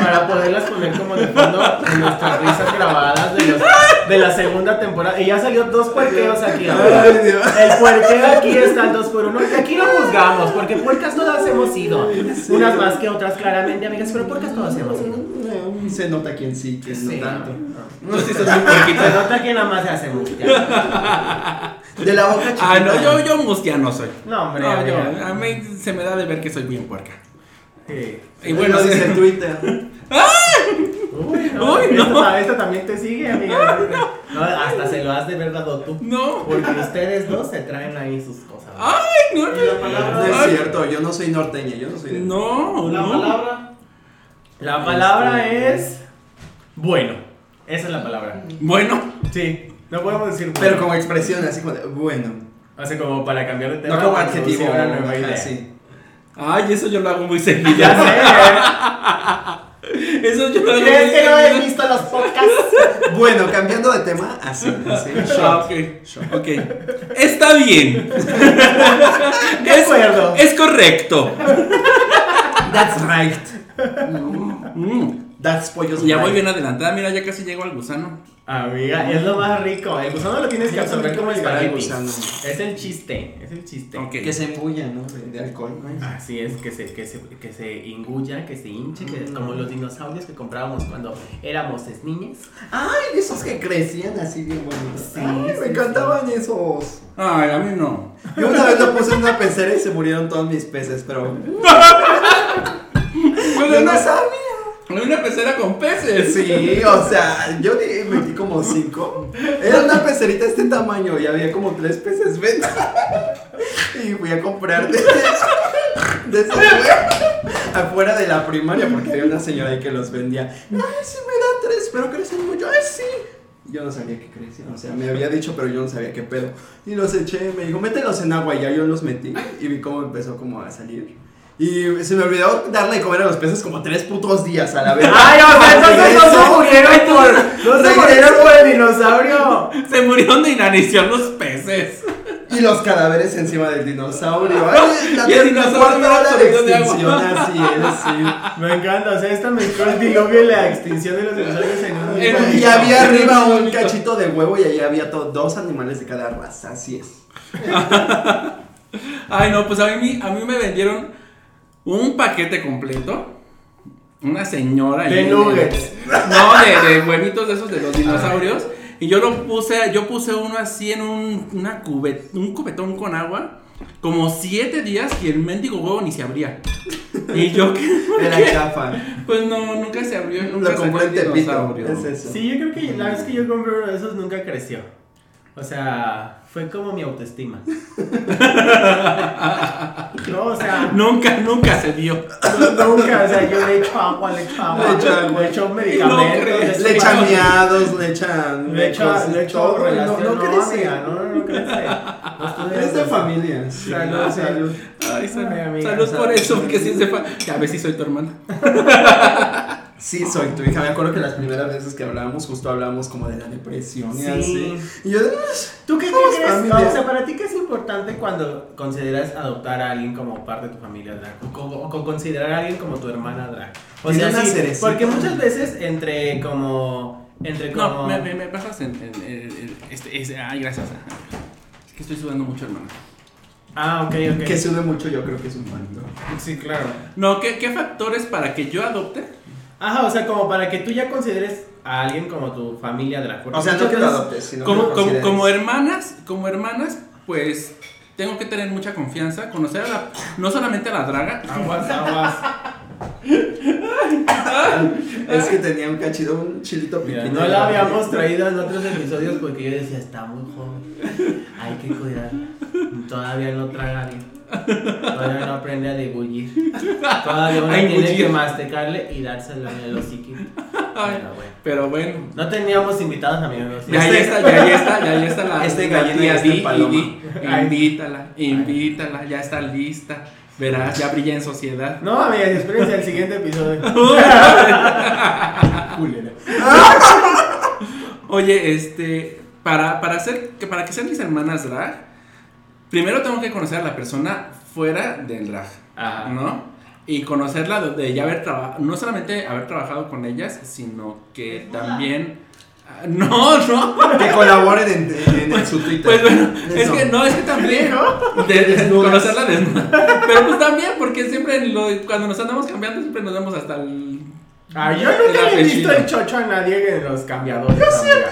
Speaker 1: para poderlas poner como de fondo en nuestras risas grabadas de, los- de la segunda temporada. Y ya salió dos puerqueos aquí. ahora.
Speaker 3: Ay, Dios.
Speaker 1: El puerqueo aquí está el dos por uno. Y Aquí no juzgamos, porque puercas todas hemos sido. Unas más que otras, claramente, amigas, pero puercas todas hemos sido.
Speaker 3: No, Se nota quién sí, quién
Speaker 1: Sí.
Speaker 3: no tanto.
Speaker 2: No sé si son muy poquitos.
Speaker 1: Se nota que nada más se hace música.
Speaker 3: De la boca chiquita.
Speaker 2: Ah, no, yo, yo mustia no soy.
Speaker 1: No, hombre.
Speaker 2: No, yo,
Speaker 1: amiga.
Speaker 2: a mí se me da de ver que soy bien puerca.
Speaker 1: Sí.
Speaker 2: Y bueno,
Speaker 3: Lo dice en Twitter.
Speaker 1: Uy, no,
Speaker 2: Uy,
Speaker 1: esta,
Speaker 2: no.
Speaker 1: esta también te sigue, amiga. No, hasta se lo has de ver dado tú.
Speaker 2: no.
Speaker 1: Porque ustedes dos se traen ahí sus cosas.
Speaker 2: Ay, no, no.
Speaker 3: No es cierto, yo no soy norteña, yo no soy de.
Speaker 2: No,
Speaker 5: La
Speaker 2: no.
Speaker 5: palabra.
Speaker 1: La palabra
Speaker 3: Este-
Speaker 1: es bueno. Esa es la palabra.
Speaker 2: Bueno,
Speaker 1: Sí, no podemos decir bueno.
Speaker 3: Pero como expresión, así como de, bueno.
Speaker 1: O sea, como para cambiar de tema.
Speaker 3: No como
Speaker 1: para
Speaker 3: adjetivo.
Speaker 1: producir Una nueva
Speaker 3: ajá,
Speaker 1: idea.
Speaker 3: sí.
Speaker 2: Ay, eso yo lo hago muy seguido.
Speaker 1: Ya sé. ¿eh?
Speaker 2: Eso yo lo hago muy
Speaker 4: ¿Crees que no he
Speaker 2: seguido.
Speaker 4: visto los podcasts?
Speaker 3: Bueno, cambiando de tema, así, así.
Speaker 2: Ah, ok, ok. Está bien.
Speaker 1: De acuerdo.
Speaker 2: Es correcto.
Speaker 3: That's right.
Speaker 2: Mm,
Speaker 3: That's pollos.
Speaker 2: Ya
Speaker 3: right.
Speaker 2: voy bien adelantada. Mira, ya casi llego al gusano.
Speaker 1: Amiga, es lo más rico. El gusano lo tienes que
Speaker 3: Ya
Speaker 1: absorber
Speaker 3: saben
Speaker 1: como
Speaker 3: cómo
Speaker 1: el
Speaker 3: llegar al
Speaker 1: espagueti.
Speaker 3: gusano.
Speaker 1: Es el chiste, es el chiste.
Speaker 2: Ok.
Speaker 3: Que se embulla, ¿no? De, de alcohol, ¿no?
Speaker 1: Así es, que se, que se, que se ingulla, que se hinche, que es como los dinosaurios que comprábamos cuando éramos es niñas.
Speaker 3: Ay, esos que crecían así bien bonitos.
Speaker 1: Sí,
Speaker 3: Ay,
Speaker 1: sí,
Speaker 3: me
Speaker 1: sí.
Speaker 3: encantaban esos.
Speaker 2: Ay, a mí no.
Speaker 3: Yo una vez lo puse en una pecera y se murieron todos mis peces, pero.
Speaker 2: Bueno,
Speaker 3: Yo no
Speaker 2: no,
Speaker 3: sabía.
Speaker 2: una pecera con peces.
Speaker 3: Sí, o sea, yo di- metí como cinco. Era una pecerita de este tamaño y había como tres peces venta. Y fui a comprar de, de esos, güey, afuera de la primaria porque había una señora ahí que los vendía. Ay, sí, me da tres, pero crecen mucho. Ay, sí. Yo no sabía que crecían, o sea, me había dicho, pero yo no sabía qué pedo. Y los eché, me dijo, mételos en agua, y ya yo los metí y vi cómo empezó como a salir. Y se me olvidó darle de comer a los peces como tres putos días a la vez.
Speaker 1: murieron por. No se murieron por el dinosaurio.
Speaker 2: Se murieron de inanición los peces.
Speaker 3: Y los cadáveres encima del dinosaurio. Ay, la
Speaker 2: Y el
Speaker 3: ter- la
Speaker 2: dinosaurio
Speaker 3: cuarta hora de
Speaker 2: absorbido de agua.
Speaker 3: extinción, así es,
Speaker 1: Me encanta, o sea, esta mezcló el diluvio y la extinción de los dinosaurios en un
Speaker 2: Era-
Speaker 3: sí. Y
Speaker 1: mismo.
Speaker 3: había arriba un cachito de huevo y ahí había to- dos animales de cada raza, así es.
Speaker 2: Ay, no, pues a mí, a mí me vendieron un paquete completo. Una señora.
Speaker 1: De
Speaker 2: ahí-
Speaker 1: nuggets.
Speaker 2: No, de, de huevitos de esos de los dinosaurios. Y yo lo puse, yo puse uno así en un, una cubet- un cubetón con agua. Como siete días y el mendigo huevo ni se abría. Y yo que.
Speaker 3: Era chafa.
Speaker 2: Pues no, nunca se abrió. Nunca
Speaker 3: Lo compré
Speaker 2: salió
Speaker 3: en
Speaker 2: el
Speaker 3: Tepito.
Speaker 2: dinosaurio.
Speaker 3: Es eso.
Speaker 1: Sí, yo creo que la vez que yo compré uno de esos nunca creció. O sea, fue como mi autoestima. No, o sea,
Speaker 2: Nunca, nunca se dio.
Speaker 1: no- nunca, o sea, yo le echo agua, le echo agua,
Speaker 3: Le echo agua.
Speaker 1: le echo medicamentos,
Speaker 2: No crees.
Speaker 3: Le echan miados, le echan.
Speaker 1: le echo,
Speaker 3: cosas,
Speaker 1: le echo
Speaker 3: todo, y
Speaker 1: relación,
Speaker 3: No, no crece. Ah,
Speaker 1: amiga, no, no crece. No estoy-
Speaker 3: Es de familia.
Speaker 1: Salud, salud.
Speaker 2: Ay, salud.
Speaker 1: Ay, amiga,
Speaker 2: salud por
Speaker 1: salud.
Speaker 2: eso, porque sí se fue. Ya ves si soy tu hermana.
Speaker 3: Sí, soy tu hija. Me acuerdo que las primeras veces que hablábamos, justo hablábamos como de la depresión y
Speaker 1: Sí.
Speaker 3: así. Y yo, "Ah,
Speaker 1: ¿Tú qué
Speaker 3: Somos
Speaker 1: crees?
Speaker 3: familia.
Speaker 1: O sea, para ti qué es importante cuando consideras adoptar a alguien como parte de tu familia drag o, co- o co- considerar a alguien como tu hermana drag. O
Speaker 3: Tiene
Speaker 1: sea,
Speaker 3: una
Speaker 1: sí,
Speaker 3: cerecita.
Speaker 1: porque muchas veces entre como entre como
Speaker 2: No, me, me, me bajas en. en- en- en- este, este- ay, gracias. Es que estoy sudando mucho, hermano.
Speaker 1: Ah, ok, ok.
Speaker 3: que sube mucho, yo creo que es un panto.
Speaker 1: Sí, claro.
Speaker 2: No, ¿qué, ¿qué factores para que yo adopte?
Speaker 1: Ajá, o sea, como para que tú ya consideres a alguien como tu familia drag. Porque
Speaker 3: O sea, no
Speaker 1: muchas
Speaker 3: que lo
Speaker 1: veces-
Speaker 3: adoptes, sino que
Speaker 2: como,
Speaker 3: lo
Speaker 2: como,
Speaker 3: consideres.
Speaker 2: como hermanas, como hermanas, pues tengo que tener mucha confianza, conocer a la. No solamente a la draga.
Speaker 1: Aguas, aguas.
Speaker 3: Es que tenía un cachito, un chilito
Speaker 1: Mira,
Speaker 3: piquito.
Speaker 1: no la habíamos traído en otros episodios porque yo decía, está muy joven, hay que cuidarla. Todavía no traga bien. Todavía no aprende a degullir. Todavía uno
Speaker 2: A
Speaker 1: tiene
Speaker 2: engullir.
Speaker 1: que masticarle y dárselo en el hociquito. Pero bueno.
Speaker 2: Pero bueno.
Speaker 1: No teníamos invitados, amigos.
Speaker 2: Ya ahí está, ya ahí está, ya ahí está la.
Speaker 3: Este
Speaker 2: la
Speaker 3: gallina
Speaker 2: tía
Speaker 3: y este
Speaker 2: Di,
Speaker 3: paloma.
Speaker 2: Di. Invítala, invítala, ya está lista. Verás, ya brilla en sociedad.
Speaker 1: No, amigas, espérense al siguiente episodio.
Speaker 2: Oye, este, para, para hacer, que para que sean mis hermanas drag, primero tengo que conocer a la persona fuera del drag,
Speaker 1: Ajá.
Speaker 2: ¿no? Y conocerla de, de ya haber trabajado, no solamente haber trabajado con ellas, sino que también... Ah, No, no.
Speaker 3: Que colaboren en, en, en su Twitter.
Speaker 2: Pues bueno, es
Speaker 3: Eso.
Speaker 2: que no, es que también, ¿no? De, de
Speaker 3: Desnudas.
Speaker 2: conocerla desnuda. Pero pues también, porque siempre en lo- cuando nos andamos cambiando, siempre nos vemos hasta el...
Speaker 1: Ah, yo nunca
Speaker 2: el
Speaker 1: le he visto
Speaker 2: apellido.
Speaker 1: el chocho a nadie en los cambiadores. amiga.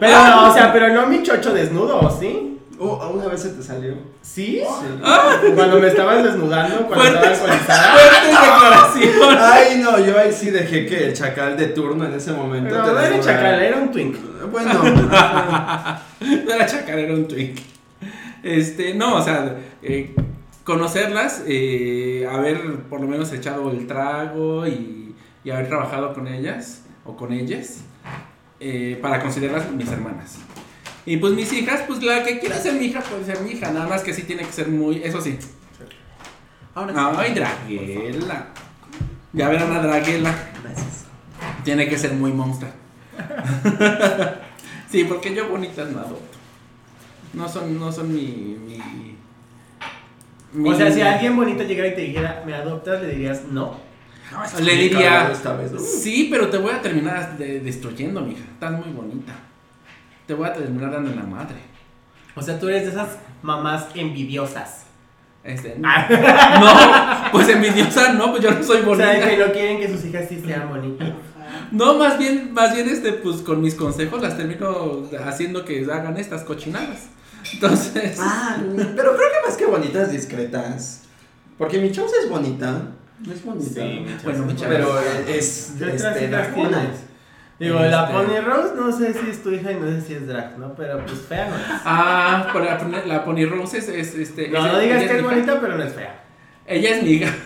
Speaker 1: Pero, no, o sea, pero no mi chocho desnudo, ¿o ¿sí?
Speaker 3: Oh, una vez se te salió.
Speaker 1: ¿Sí?
Speaker 3: Sí.
Speaker 2: Ah.
Speaker 1: Cuando me estabas desnudando, cuando estaba
Speaker 2: Fuertes,
Speaker 1: alcoholizada.
Speaker 2: fuertes declaraciones.
Speaker 3: Ay, no, yo ahí sí dejé que el chacal de turno en ese momento.
Speaker 1: Pero
Speaker 3: te
Speaker 1: no era
Speaker 3: desnudara.
Speaker 1: chacal, era un twink.
Speaker 3: Bueno,
Speaker 2: No era chacar, era un twink. Este, no, o sea, eh, conocerlas, eh, haber por lo menos echado el trago y, y haber trabajado con ellas o con ellas eh, para considerarlas mis hermanas. Y pues mis hijas, pues la que quiera ser mi hija puede ser mi hija, nada más que sí tiene que ser muy, eso sí,
Speaker 3: Ahora sí.
Speaker 2: Ay, Draguela. Ya verán a Draguela.
Speaker 3: Gracias.
Speaker 2: Tiene que ser muy monja. sí, porque yo bonitas no adopto. No son, no son mi. mi- mi-
Speaker 1: O sea, si alguien bonito llegara y te dijera, ¿me adoptas? Le dirías, no.
Speaker 3: No, es
Speaker 2: Le
Speaker 3: complicado
Speaker 2: diría-
Speaker 3: Esta vez, ¿no?
Speaker 2: Sí, pero te voy a terminar de- destruyendo, mija. Estás muy bonita. Te voy a terminar dando en la madre.
Speaker 1: O sea, tú eres de esas mamás envidiosas.
Speaker 2: Este, no, pues envidiosa no, pues yo no soy
Speaker 1: Ah. O
Speaker 2: bonita.
Speaker 1: sea, de que no quieren que sus hijas sí sean bonitas.
Speaker 2: No, más bien, más bien este, pues con mis consejos las termino haciendo que hagan estas cochinadas. Entonces,
Speaker 3: Ah, pero creo que más que bonitas, discretas. Porque mi chausa es bonita. No es bonita.
Speaker 2: bueno, muchas
Speaker 3: Pero es,
Speaker 1: ¿Qué otras
Speaker 3: este,
Speaker 1: hijas
Speaker 3: dragona.
Speaker 1: tienes? Digo,
Speaker 2: Este-
Speaker 1: la Pony Rose, no sé si es tu hija y no sé si es drag, ¿no? Pero pues fea no es.
Speaker 2: Ah, por la, pone- la Pony Rose es, es, este.
Speaker 1: No,
Speaker 2: es-
Speaker 1: no digas
Speaker 2: ella
Speaker 1: que es
Speaker 2: mi hija.
Speaker 1: bonita, pero no es fea.
Speaker 2: Ella es mi hija.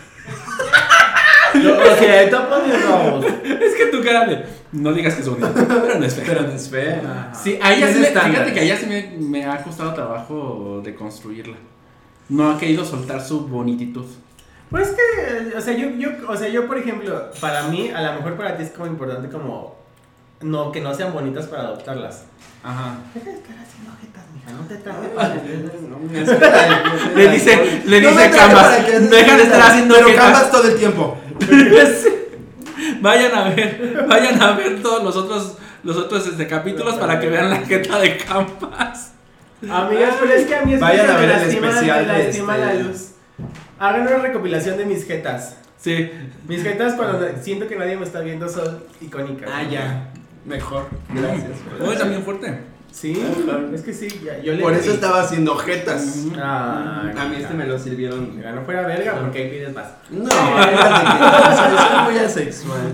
Speaker 1: Lo lo siento, Pony Rose.
Speaker 2: Es que tu cara de. No digas que es bonita, pero no es fea.
Speaker 3: Pero no es fea.
Speaker 2: Sí, a ella
Speaker 3: Tiene
Speaker 2: sí me-
Speaker 3: estándares.
Speaker 2: fíjate que a ella sí me, me ha costado trabajo de construirla. No ha querido soltar su bonititud.
Speaker 1: Pues que, eh, o sea, yo, yo, o sea, yo, por ejemplo, para mí, a lo mejor para ti es como importante como no, que no sean bonitas para adoptarlas.
Speaker 2: Ajá.
Speaker 1: Deja de estar haciendo ojetas, mija, no te traje
Speaker 2: Le dice, le dice Camas, deja de estar haciendo
Speaker 3: Pero
Speaker 2: ojetas".
Speaker 3: Camas todo el tiempo.
Speaker 2: Sí. Vayan a ver, vayan a ver todos los otros, los otros este, capítulos para que vean la jeta de Campas.
Speaker 1: Amigas, pero es que a mí es
Speaker 3: Vayan
Speaker 1: que
Speaker 3: a
Speaker 1: me
Speaker 3: ver el
Speaker 1: lastima-
Speaker 3: especial
Speaker 1: me
Speaker 3: de
Speaker 1: lastima
Speaker 3: este-
Speaker 1: la luz. Hagan una recopilación de mis jetas.
Speaker 2: Sí,
Speaker 1: Mis jetas cuando siento que nadie me está viendo son icónicas.
Speaker 3: Ah, ya. Mejor. Gracias.
Speaker 2: hoy también fuerte.
Speaker 1: Sí, es que sí, ya, yo le
Speaker 3: Por eso
Speaker 1: está
Speaker 3: estaba haciendo ojetas.
Speaker 1: Ah,
Speaker 3: A mí este me lo sirvieron.
Speaker 1: Ya no fuera verga, porque ahí pides más.
Speaker 3: No, es muy asexual.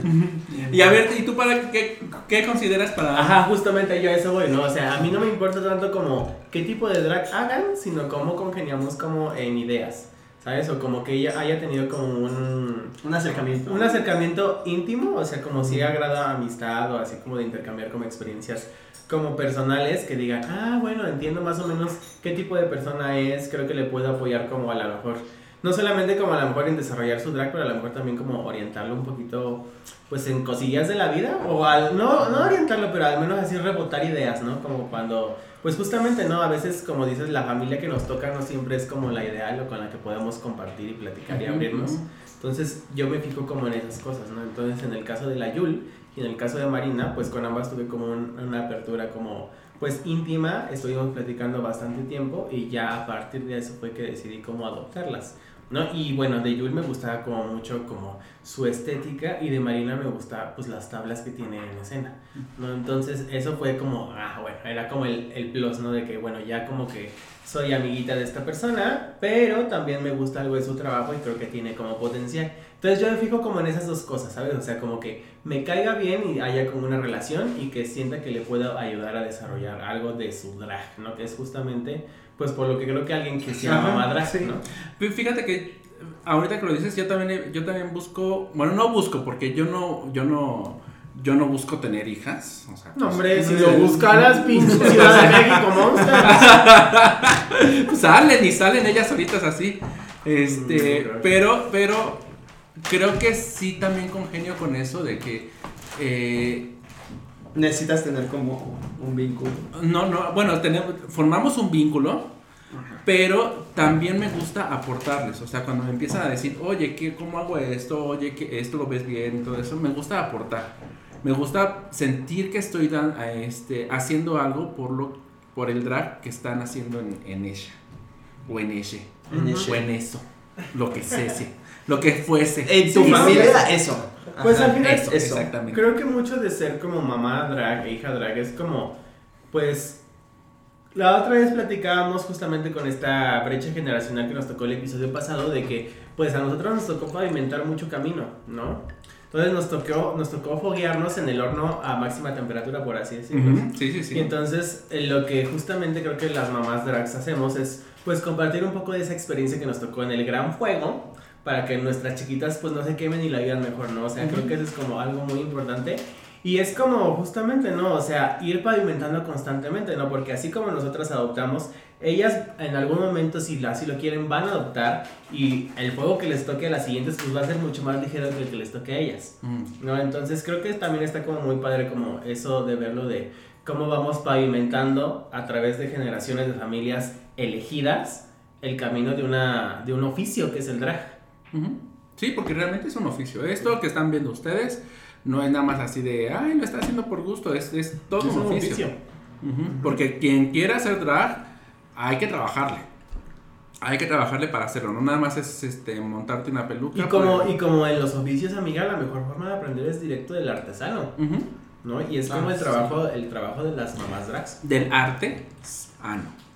Speaker 2: Y a ver, ¿y tú para qué, qué consideras para.?
Speaker 1: Ajá, Ah, justamente yo a eso voy, ¿no? O sea, a mí no me importa tanto como qué tipo de drag hagan, sino cómo congeniamos como en ideas, ¿sabes? O como que ella haya tenido como un,
Speaker 3: Un acercamiento.
Speaker 1: un acercamiento íntimo, o sea, como si agrada amistad o así como de intercambiar como experiencias como personales que digan, ah, bueno, entiendo más o menos qué tipo de persona es, creo que le puedo apoyar como a lo mejor, no solamente como a lo mejor en desarrollar su drag, pero a lo mejor también como orientarlo un poquito, pues en cosillas de la vida, o al, no, no orientarlo, pero al menos así rebotar ideas, ¿no? Como cuando, pues justamente, ¿no? A veces, como dices, la familia que nos toca no siempre es como la ideal o con la que podemos compartir y platicar y
Speaker 2: Ujú,
Speaker 1: abrirnos.
Speaker 2: ujú.
Speaker 1: Entonces yo me fijo como en esas cosas, ¿no? Entonces en el caso de la Yul y en el caso de Marina, pues con ambas tuve como un- una apertura como pues íntima, estuvimos platicando bastante tiempo y ya a partir de eso fue que decidí cómo adoptarlas, ¿no? Y bueno, de Yul me gustaba como mucho como su estética y de Marina me gustaba pues las tablas que tiene en escena, ¿no? Entonces eso fue como, ah, bueno, era como el, el plus, ¿no? De que bueno, ya como que soy amiguita de esta persona, pero también me gusta algo de su trabajo y creo que tiene como potencial. Entonces yo me fijo como en esas dos cosas, ¿sabes? O sea, como que me caiga bien y haya como una relación y que sienta que le pueda ayudar a desarrollar algo de su drag, ¿no? Que es justamente, pues por lo que creo que alguien que sea
Speaker 2: Ajá,
Speaker 1: mamá drag,
Speaker 2: sí.
Speaker 1: ¿no?
Speaker 2: Fí- Fíjate que ahorita que lo dices, yo también, yo también busco, bueno, no busco porque yo no, yo no, yo no busco tener hijas, o sea,
Speaker 1: No,
Speaker 2: pues,
Speaker 1: hombre, si lo buscaras, pinche Ciudad de México, monster.
Speaker 2: pues, salen y salen ellas solitas así, este,
Speaker 1: Mm, ok.
Speaker 2: pero, pero creo que sí también congenio con eso de que eh,
Speaker 3: Necesitas tener como un vínculo.
Speaker 2: No, no, bueno, tenemos, formamos un vínculo, pero también me gusta aportarles. O sea, cuando me empiezan a decir, oye, ¿qué, ¿cómo hago esto? Oye, que esto lo ves bien, todo eso, me gusta aportar. Me gusta sentir que estoy dan- a este, haciendo algo por, lo, por el drag que están haciendo en, en ella. O en ella.
Speaker 3: En
Speaker 2: O en eso. Lo que cese. Lo que fuese.
Speaker 3: En tu
Speaker 1: Sí,
Speaker 3: familia
Speaker 1: sí.
Speaker 3: era eso.
Speaker 1: Pues
Speaker 3: Ajá.
Speaker 1: al final
Speaker 2: Eso,
Speaker 3: eso.
Speaker 2: exactamente.
Speaker 1: Creo que mucho de ser como mamá drag e hija drag es como, pues, la otra vez platicábamos justamente con esta brecha generacional que nos tocó el episodio pasado de que, pues, a nosotros nos tocó pavimentar mucho camino, ¿no? Entonces nos tocó, nos tocó foguearnos en el horno a máxima temperatura, por así decirlo.
Speaker 2: Ujú, Sí, sí, sí.
Speaker 1: Y entonces eh, lo que justamente creo que las mamás drags hacemos es pues compartir un poco de esa experiencia que nos tocó en el gran fuego para que nuestras chiquitas pues no se quemen y la vivan mejor, ¿no? O sea, creo que eso es como algo muy importante Y es como, justamente, ¿no? O sea, ir pavimentando constantemente, ¿no? Porque así como nosotras adoptamos, ellas en algún momento, si, la, si lo quieren, van a adoptar y el fuego que les toque a las siguientes, pues va a ser mucho más ligero que el que les toque a ellas,
Speaker 2: Mm.
Speaker 1: ¿no? Entonces creo que también está como muy padre como eso de verlo de cómo vamos pavimentando a través de generaciones de familias elegidas el camino de, una, de un oficio que es el drag.
Speaker 2: Ujú. Sí, porque realmente es un oficio. Esto que están viendo ustedes no es nada más así de, ay, lo está haciendo por gusto, es, es todo
Speaker 1: Es
Speaker 2: Oh, un, oficio. Ujú, Porque quien quiera hacer drag, hay que trabajarle. Hay que trabajarle para hacerlo, no nada más es este, montarte una peluca.
Speaker 1: Y como,
Speaker 2: pues.
Speaker 1: y como en los oficios, amiga, la mejor forma de aprender es directo del artesano,
Speaker 2: Ujú.
Speaker 1: ¿no? Y es como
Speaker 4: Ah,
Speaker 1: el
Speaker 4: sí.
Speaker 1: trabajo, el trabajo de las mamás drags.
Speaker 2: Del arte, ah, no.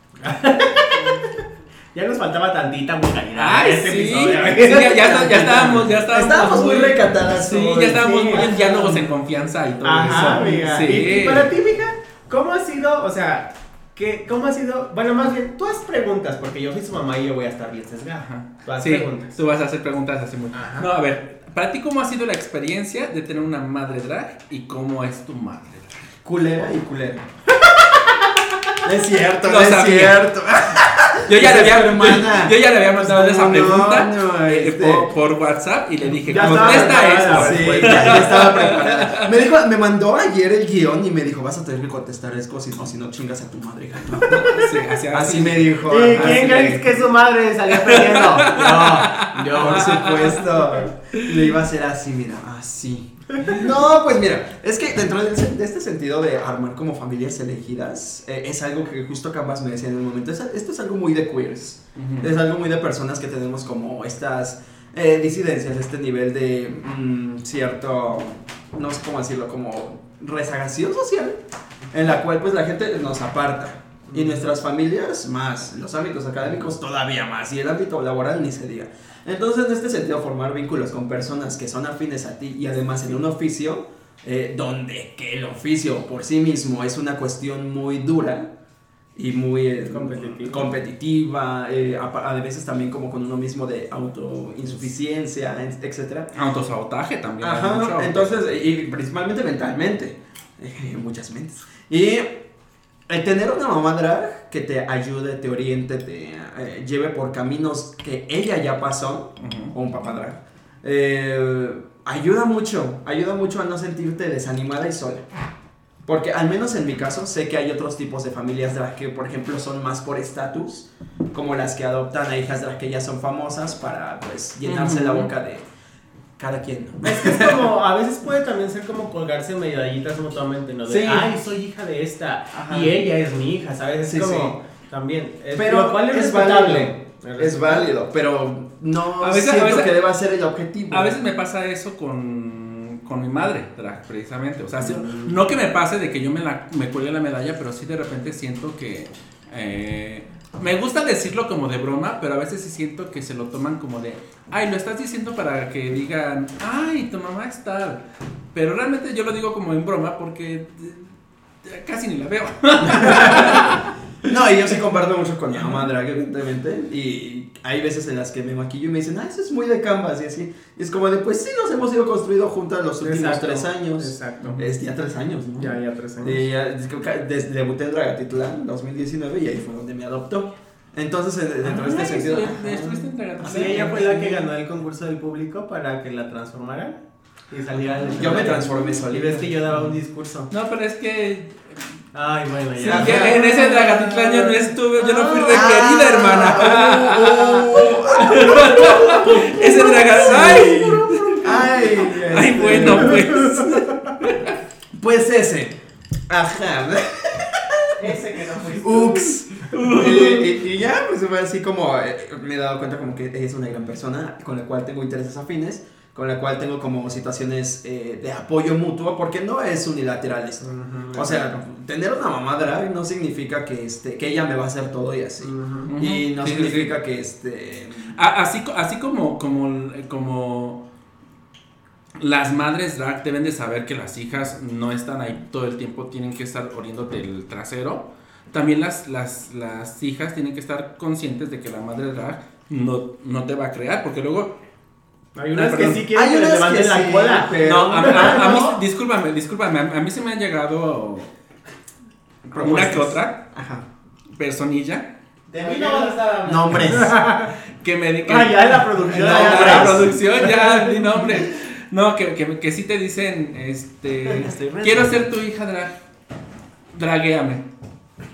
Speaker 1: Ya nos faltaba tantita vulgaridad
Speaker 2: Ay,
Speaker 1: en este
Speaker 2: sí,
Speaker 1: episodio.
Speaker 2: sí, ya, ya está- ya estábamos, ya estábamos,
Speaker 3: Estábamos muy recatadas
Speaker 2: Sí,
Speaker 3: hoy,
Speaker 2: ya estábamos
Speaker 1: sí.
Speaker 2: muy en diálogos en confianza y todo
Speaker 1: Ajá,
Speaker 2: eso.
Speaker 1: amiga.
Speaker 2: Sí.
Speaker 1: Y, y para ti, mija, ¿cómo ha sido? O sea, ¿qué, ¿cómo ha sido? Bueno, más bien, tú haz preguntas, porque yo soy su mamá y yo voy a estar bien sesgada.
Speaker 2: Ajá.
Speaker 1: Tú haz
Speaker 2: Sí,
Speaker 1: preguntas.
Speaker 2: tú vas a hacer preguntas así muy.
Speaker 1: Ajá.
Speaker 2: No, a ver, para ti, ¿cómo ha sido la experiencia de tener una madre drag y cómo es tu madre drag?
Speaker 3: Culera y culera. es cierto,
Speaker 2: Lo
Speaker 3: no es
Speaker 2: sabía.
Speaker 3: cierto.
Speaker 2: Yo ya,
Speaker 3: Ah, Esa
Speaker 2: le
Speaker 3: es
Speaker 2: había,
Speaker 3: tu hermana.
Speaker 2: yo ya le había mandado
Speaker 3: No,
Speaker 2: esa
Speaker 3: no,
Speaker 2: pregunta
Speaker 3: no,
Speaker 2: eh,
Speaker 3: este.
Speaker 2: por, por WhatsApp y le dije,
Speaker 1: Ya estaba
Speaker 2: contesta
Speaker 1: preparada,
Speaker 2: esto.
Speaker 3: Sí, ya, ya estaba preparada. Me dijo, me mandó ayer el guión y me dijo, vas a tener que contestar esto, si no, si no chingas a tu madre, gato".
Speaker 2: Sí, así,
Speaker 3: Así me dijo.
Speaker 1: ¿Y
Speaker 3: ajá.
Speaker 1: quién
Speaker 2: sí.
Speaker 1: crees que su madre salió perdiendo?
Speaker 3: No, yo, por supuesto. Le iba a hacer así, mira, así. No, pues mira, es que dentro del sen- de este sentido de armar como familias elegidas, eh, es algo que justo Cambas me decía en un momento. es- esto es algo muy de queers.
Speaker 2: Ujú.
Speaker 3: Es algo muy de personas que tenemos como estas eh, disidencias, este nivel de mm, cierto, no sé cómo decirlo, como rezagación social, en la cual pues la gente nos aparta. Y nuestras familias más, los ámbitos académicos todavía más, y el ámbito laboral ni se diga. Entonces, en este sentido, formar vínculos con personas que son afines a ti y además en un oficio, eh, donde que el oficio por sí mismo es una cuestión muy dura y muy eh,
Speaker 1: Competitiva.
Speaker 3: competitiva, eh, a, a veces también como con uno mismo de autoinsuficiencia, etcétera.
Speaker 2: Autosabotaje Ah, también. hay mucho
Speaker 3: Ajá,
Speaker 2: auto-
Speaker 3: entonces, y principalmente mentalmente. Eh, Muchas mentes. Y el tener una mamá drag que te ayude, te oriente, te eh, lleve por caminos que ella ya pasó,
Speaker 2: Ujú.
Speaker 3: o un papá drag, eh, ayuda mucho, ayuda mucho a no sentirte desanimada y sola. Porque al menos en mi caso sé que hay otros tipos de familias drag que por ejemplo son más por estatus, como las que adoptan a hijas drag que ya son famosas para pues llenarse la
Speaker 2: Ujú.
Speaker 3: boca de cada quien. ¿no?
Speaker 1: Es como, a veces puede también ser como colgarse medallitas mutuamente, ¿no? De,
Speaker 3: Sí.
Speaker 1: ay, soy hija de esta
Speaker 3: Ajá.
Speaker 1: y ella es mi hija, ¿sabes? Es
Speaker 3: Sí,
Speaker 1: como, también. es-
Speaker 3: Pero
Speaker 1: lo cual es,
Speaker 3: es
Speaker 1: respetable.
Speaker 3: Es válido, pero no
Speaker 2: A veces- a
Speaker 3: siento
Speaker 2: veces-
Speaker 3: que deba ser el objetivo.
Speaker 2: A veces me pasa eso con, con mi madre, drag, precisamente. O sea, sí-
Speaker 1: Mm.
Speaker 2: no que me pase de que yo me, la, me cuelgue la medalla, pero sí de repente siento que... eh, me gusta decirlo como de broma, pero a veces sí siento que se lo toman como de... Ay, lo estás diciendo para que digan... Ay, tu mamá es tal. Pero realmente yo lo digo como en broma porque... eh, eh, Casi ni la veo.
Speaker 3: No, y yo sí comparto mucho con mi mamá drag, evidentemente. Y hay veces en las que me maquillo y me dicen, ah, eso es muy de canvas y así. Y es como de, pues sí, nos hemos ido construyendo juntas los últimos
Speaker 1: Exacto,
Speaker 3: tres años.
Speaker 1: Exacto.
Speaker 3: Es ya tres años, ¿no?
Speaker 1: Ya, ya tres años.
Speaker 3: Y ya, es que ca- des- debuté en Dragatitlán en 2019 y ahí fue donde me adoptó. Entonces, en- dentro de este
Speaker 2: Ay,
Speaker 3: sentido.
Speaker 2: estu- estuviste en Dragatlán.
Speaker 1: Ah, Sí, ella fue la que ganó el concurso del público para que la transformaran y saliera al
Speaker 3: Yo me
Speaker 1: escenario.
Speaker 3: transformé
Speaker 1: Y
Speaker 3: solito.
Speaker 1: ves que yo daba un discurso.
Speaker 2: No, pero es que
Speaker 1: Ay, bueno,
Speaker 2: Sí,
Speaker 1: ya.
Speaker 3: Ajá.
Speaker 2: que en ese Dragatitlán yo no estuve, yo no fui
Speaker 3: Ah.
Speaker 2: requerida, hermana.
Speaker 3: oh,
Speaker 2: ese Dragatitlán. ¡Ay!
Speaker 3: Ay,
Speaker 2: Ay,
Speaker 3: este-
Speaker 2: bueno, pues.
Speaker 3: Pues ese. Ajá.
Speaker 1: Ese que no fuiste.
Speaker 3: Ux. Eh, y, y ya, pues fue así como eh, me he dado cuenta como que ella es una gran persona con la cual tengo intereses afines, con la cual tengo como situaciones eh, de apoyo mutuo, porque no es unilateral esto. O sea, tener una mamá drag no significa que, este, que ella me va a hacer todo y así. Y no
Speaker 2: Sí, sí, sí.
Speaker 3: significa que este...
Speaker 2: A- Así, co- así como, como, como las madres drag deben de saber que las hijas no están ahí todo el tiempo, tienen que estar oliéndote el trasero. También las, las, las hijas tienen que estar conscientes de que la madre drag no, no te va a crear, porque luego
Speaker 1: Hay unas
Speaker 2: Ah,
Speaker 1: que
Speaker 2: perdón.
Speaker 1: sí quieren
Speaker 3: Hay
Speaker 1: que les
Speaker 3: unas
Speaker 1: levanten
Speaker 3: que
Speaker 1: la
Speaker 3: sí,
Speaker 1: cola.
Speaker 3: pero-
Speaker 2: Eh, No, a, a- a mí,
Speaker 3: No.
Speaker 2: discúlpame, discúlpame, a, a mí se me han llegado una que otra
Speaker 4: Ajá.
Speaker 2: personilla
Speaker 1: De mí no vas a estar hablando.
Speaker 4: Nombres.
Speaker 2: que me di- que-
Speaker 1: Ah, ya de la producción.
Speaker 2: No,
Speaker 1: ya,
Speaker 2: para
Speaker 1: ya.
Speaker 2: la producción, ya, di nombre. No, que, que, que sí te dicen, este,
Speaker 4: Estoy rezando.
Speaker 2: quiero ser tu hija drag, draguéame.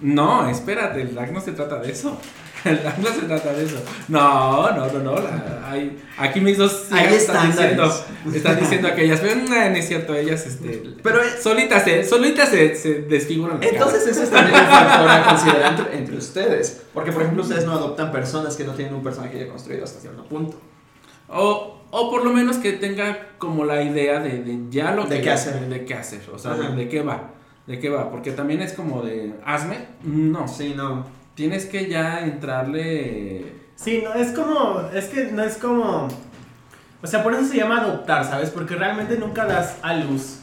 Speaker 2: No, espérate, el drag no se trata de eso. El drag no se trata de eso. No, no, no, no. la- hay- aquí mis dos
Speaker 4: Hay
Speaker 2: hijas están diciendo,
Speaker 4: estándares.
Speaker 2: están diciendo que ellas, pero no, no es cierto, ellas, este,
Speaker 3: Pero
Speaker 4: eh,
Speaker 2: solitas se, solitas se, se desfiguran. la
Speaker 3: Entonces ese es también un factor a considerar entre, entre ustedes. Porque, por ejemplo, ustedes no adoptan personas que no tienen un personaje ya construido hasta cierto punto.
Speaker 2: cara. o, o por lo menos que tenga como la idea de, de ya lo
Speaker 3: De
Speaker 2: que
Speaker 3: qué hacer.
Speaker 2: de qué hacer, o sea,
Speaker 3: Ajá.
Speaker 2: de, de qué va, de qué va, porque también es como de hazme, no,
Speaker 3: Sí, no.
Speaker 2: tienes que ya entrarle
Speaker 1: Sí, no, es como. Es que no es como. O sea, por eso se llama adoptar, ¿sabes? Porque realmente nunca das a luz.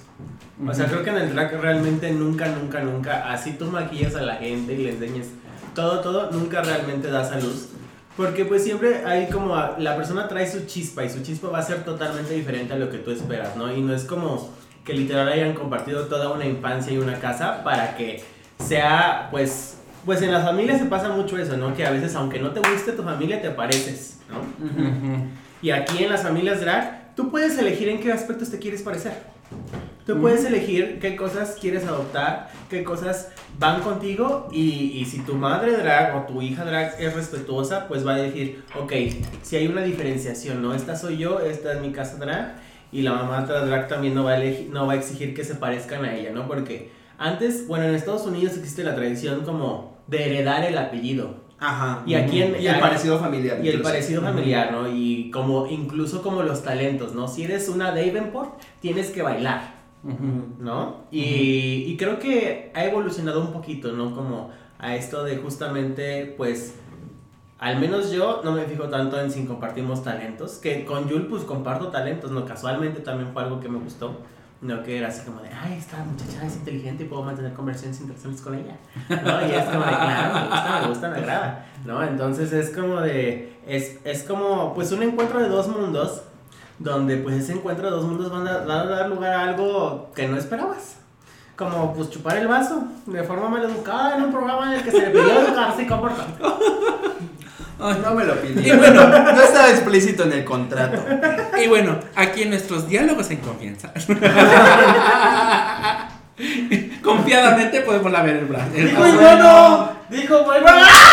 Speaker 1: O sea,
Speaker 2: Ujú.
Speaker 1: creo que en el drag realmente nunca, nunca, nunca, así tú maquillas a la gente y les enseñes todo, todo, nunca realmente das a luz. Porque pues siempre hay como, a- la persona trae su chispa y su chispa va a ser totalmente diferente a lo que tú esperas, ¿no? Y no es como que literal hayan compartido toda una infancia y una casa para que sea, pues, pues en las familias se pasa mucho eso, ¿no? Que a veces aunque no te guste tu familia te pareces, ¿no?
Speaker 2: Ujú.
Speaker 1: Y aquí en las familias drag, tú puedes elegir en qué aspectos te quieres parecer. Tú puedes elegir qué cosas quieres adoptar, qué cosas van contigo y, y si tu madre drag o tu hija drag es respetuosa, pues va a decir, ok, si hay una diferenciación, ¿no? Esta soy yo, esta es mi casa drag y la mamá tra- drag también no va, a elegi- no va a exigir que se parezcan a ella, ¿no? Porque antes, bueno, en Estados Unidos existe la tradición como de heredar el apellido.
Speaker 3: Ajá.
Speaker 1: Y aquí en-
Speaker 3: Y el parecido familiar.
Speaker 1: Y el
Speaker 3: incluso.
Speaker 1: parecido familiar, ¿no? Y como incluso como los talentos, ¿no? Si eres una Davenport, tienes que bailar,
Speaker 2: Ujú.
Speaker 1: ¿no? Y, y creo que ha evolucionado un poquito, ¿no? Como a esto de justamente, pues, al menos yo no me fijo tanto en si compartimos talentos, que con Yul pues comparto talentos, ¿no? Casualmente también fue algo que me gustó. No, que era así como de, ay, esta muchacha es inteligente y puedo mantener conversaciones interesantes con ella. ¿no? Y es como de, claro, me gusta, me gusta, me agrada, ¿no? Entonces es como de, es, es como, pues un encuentro de dos mundos, donde pues ese encuentro de dos mundos van a, van a dar lugar a algo que no esperabas. Como pues chupar el vaso de forma maleducada en un programa en el que se le pidió educarse y comportar.
Speaker 2: Ay,
Speaker 3: No me lo pidieron.
Speaker 2: Y bueno.
Speaker 3: no estaba explícito en el contrato.
Speaker 2: Y bueno, aquí en nuestros diálogos en confianza. Confiadamente podemos laver el brazo. el
Speaker 1: Dijo
Speaker 2: brazo.
Speaker 1: Ibono, dijo bueno.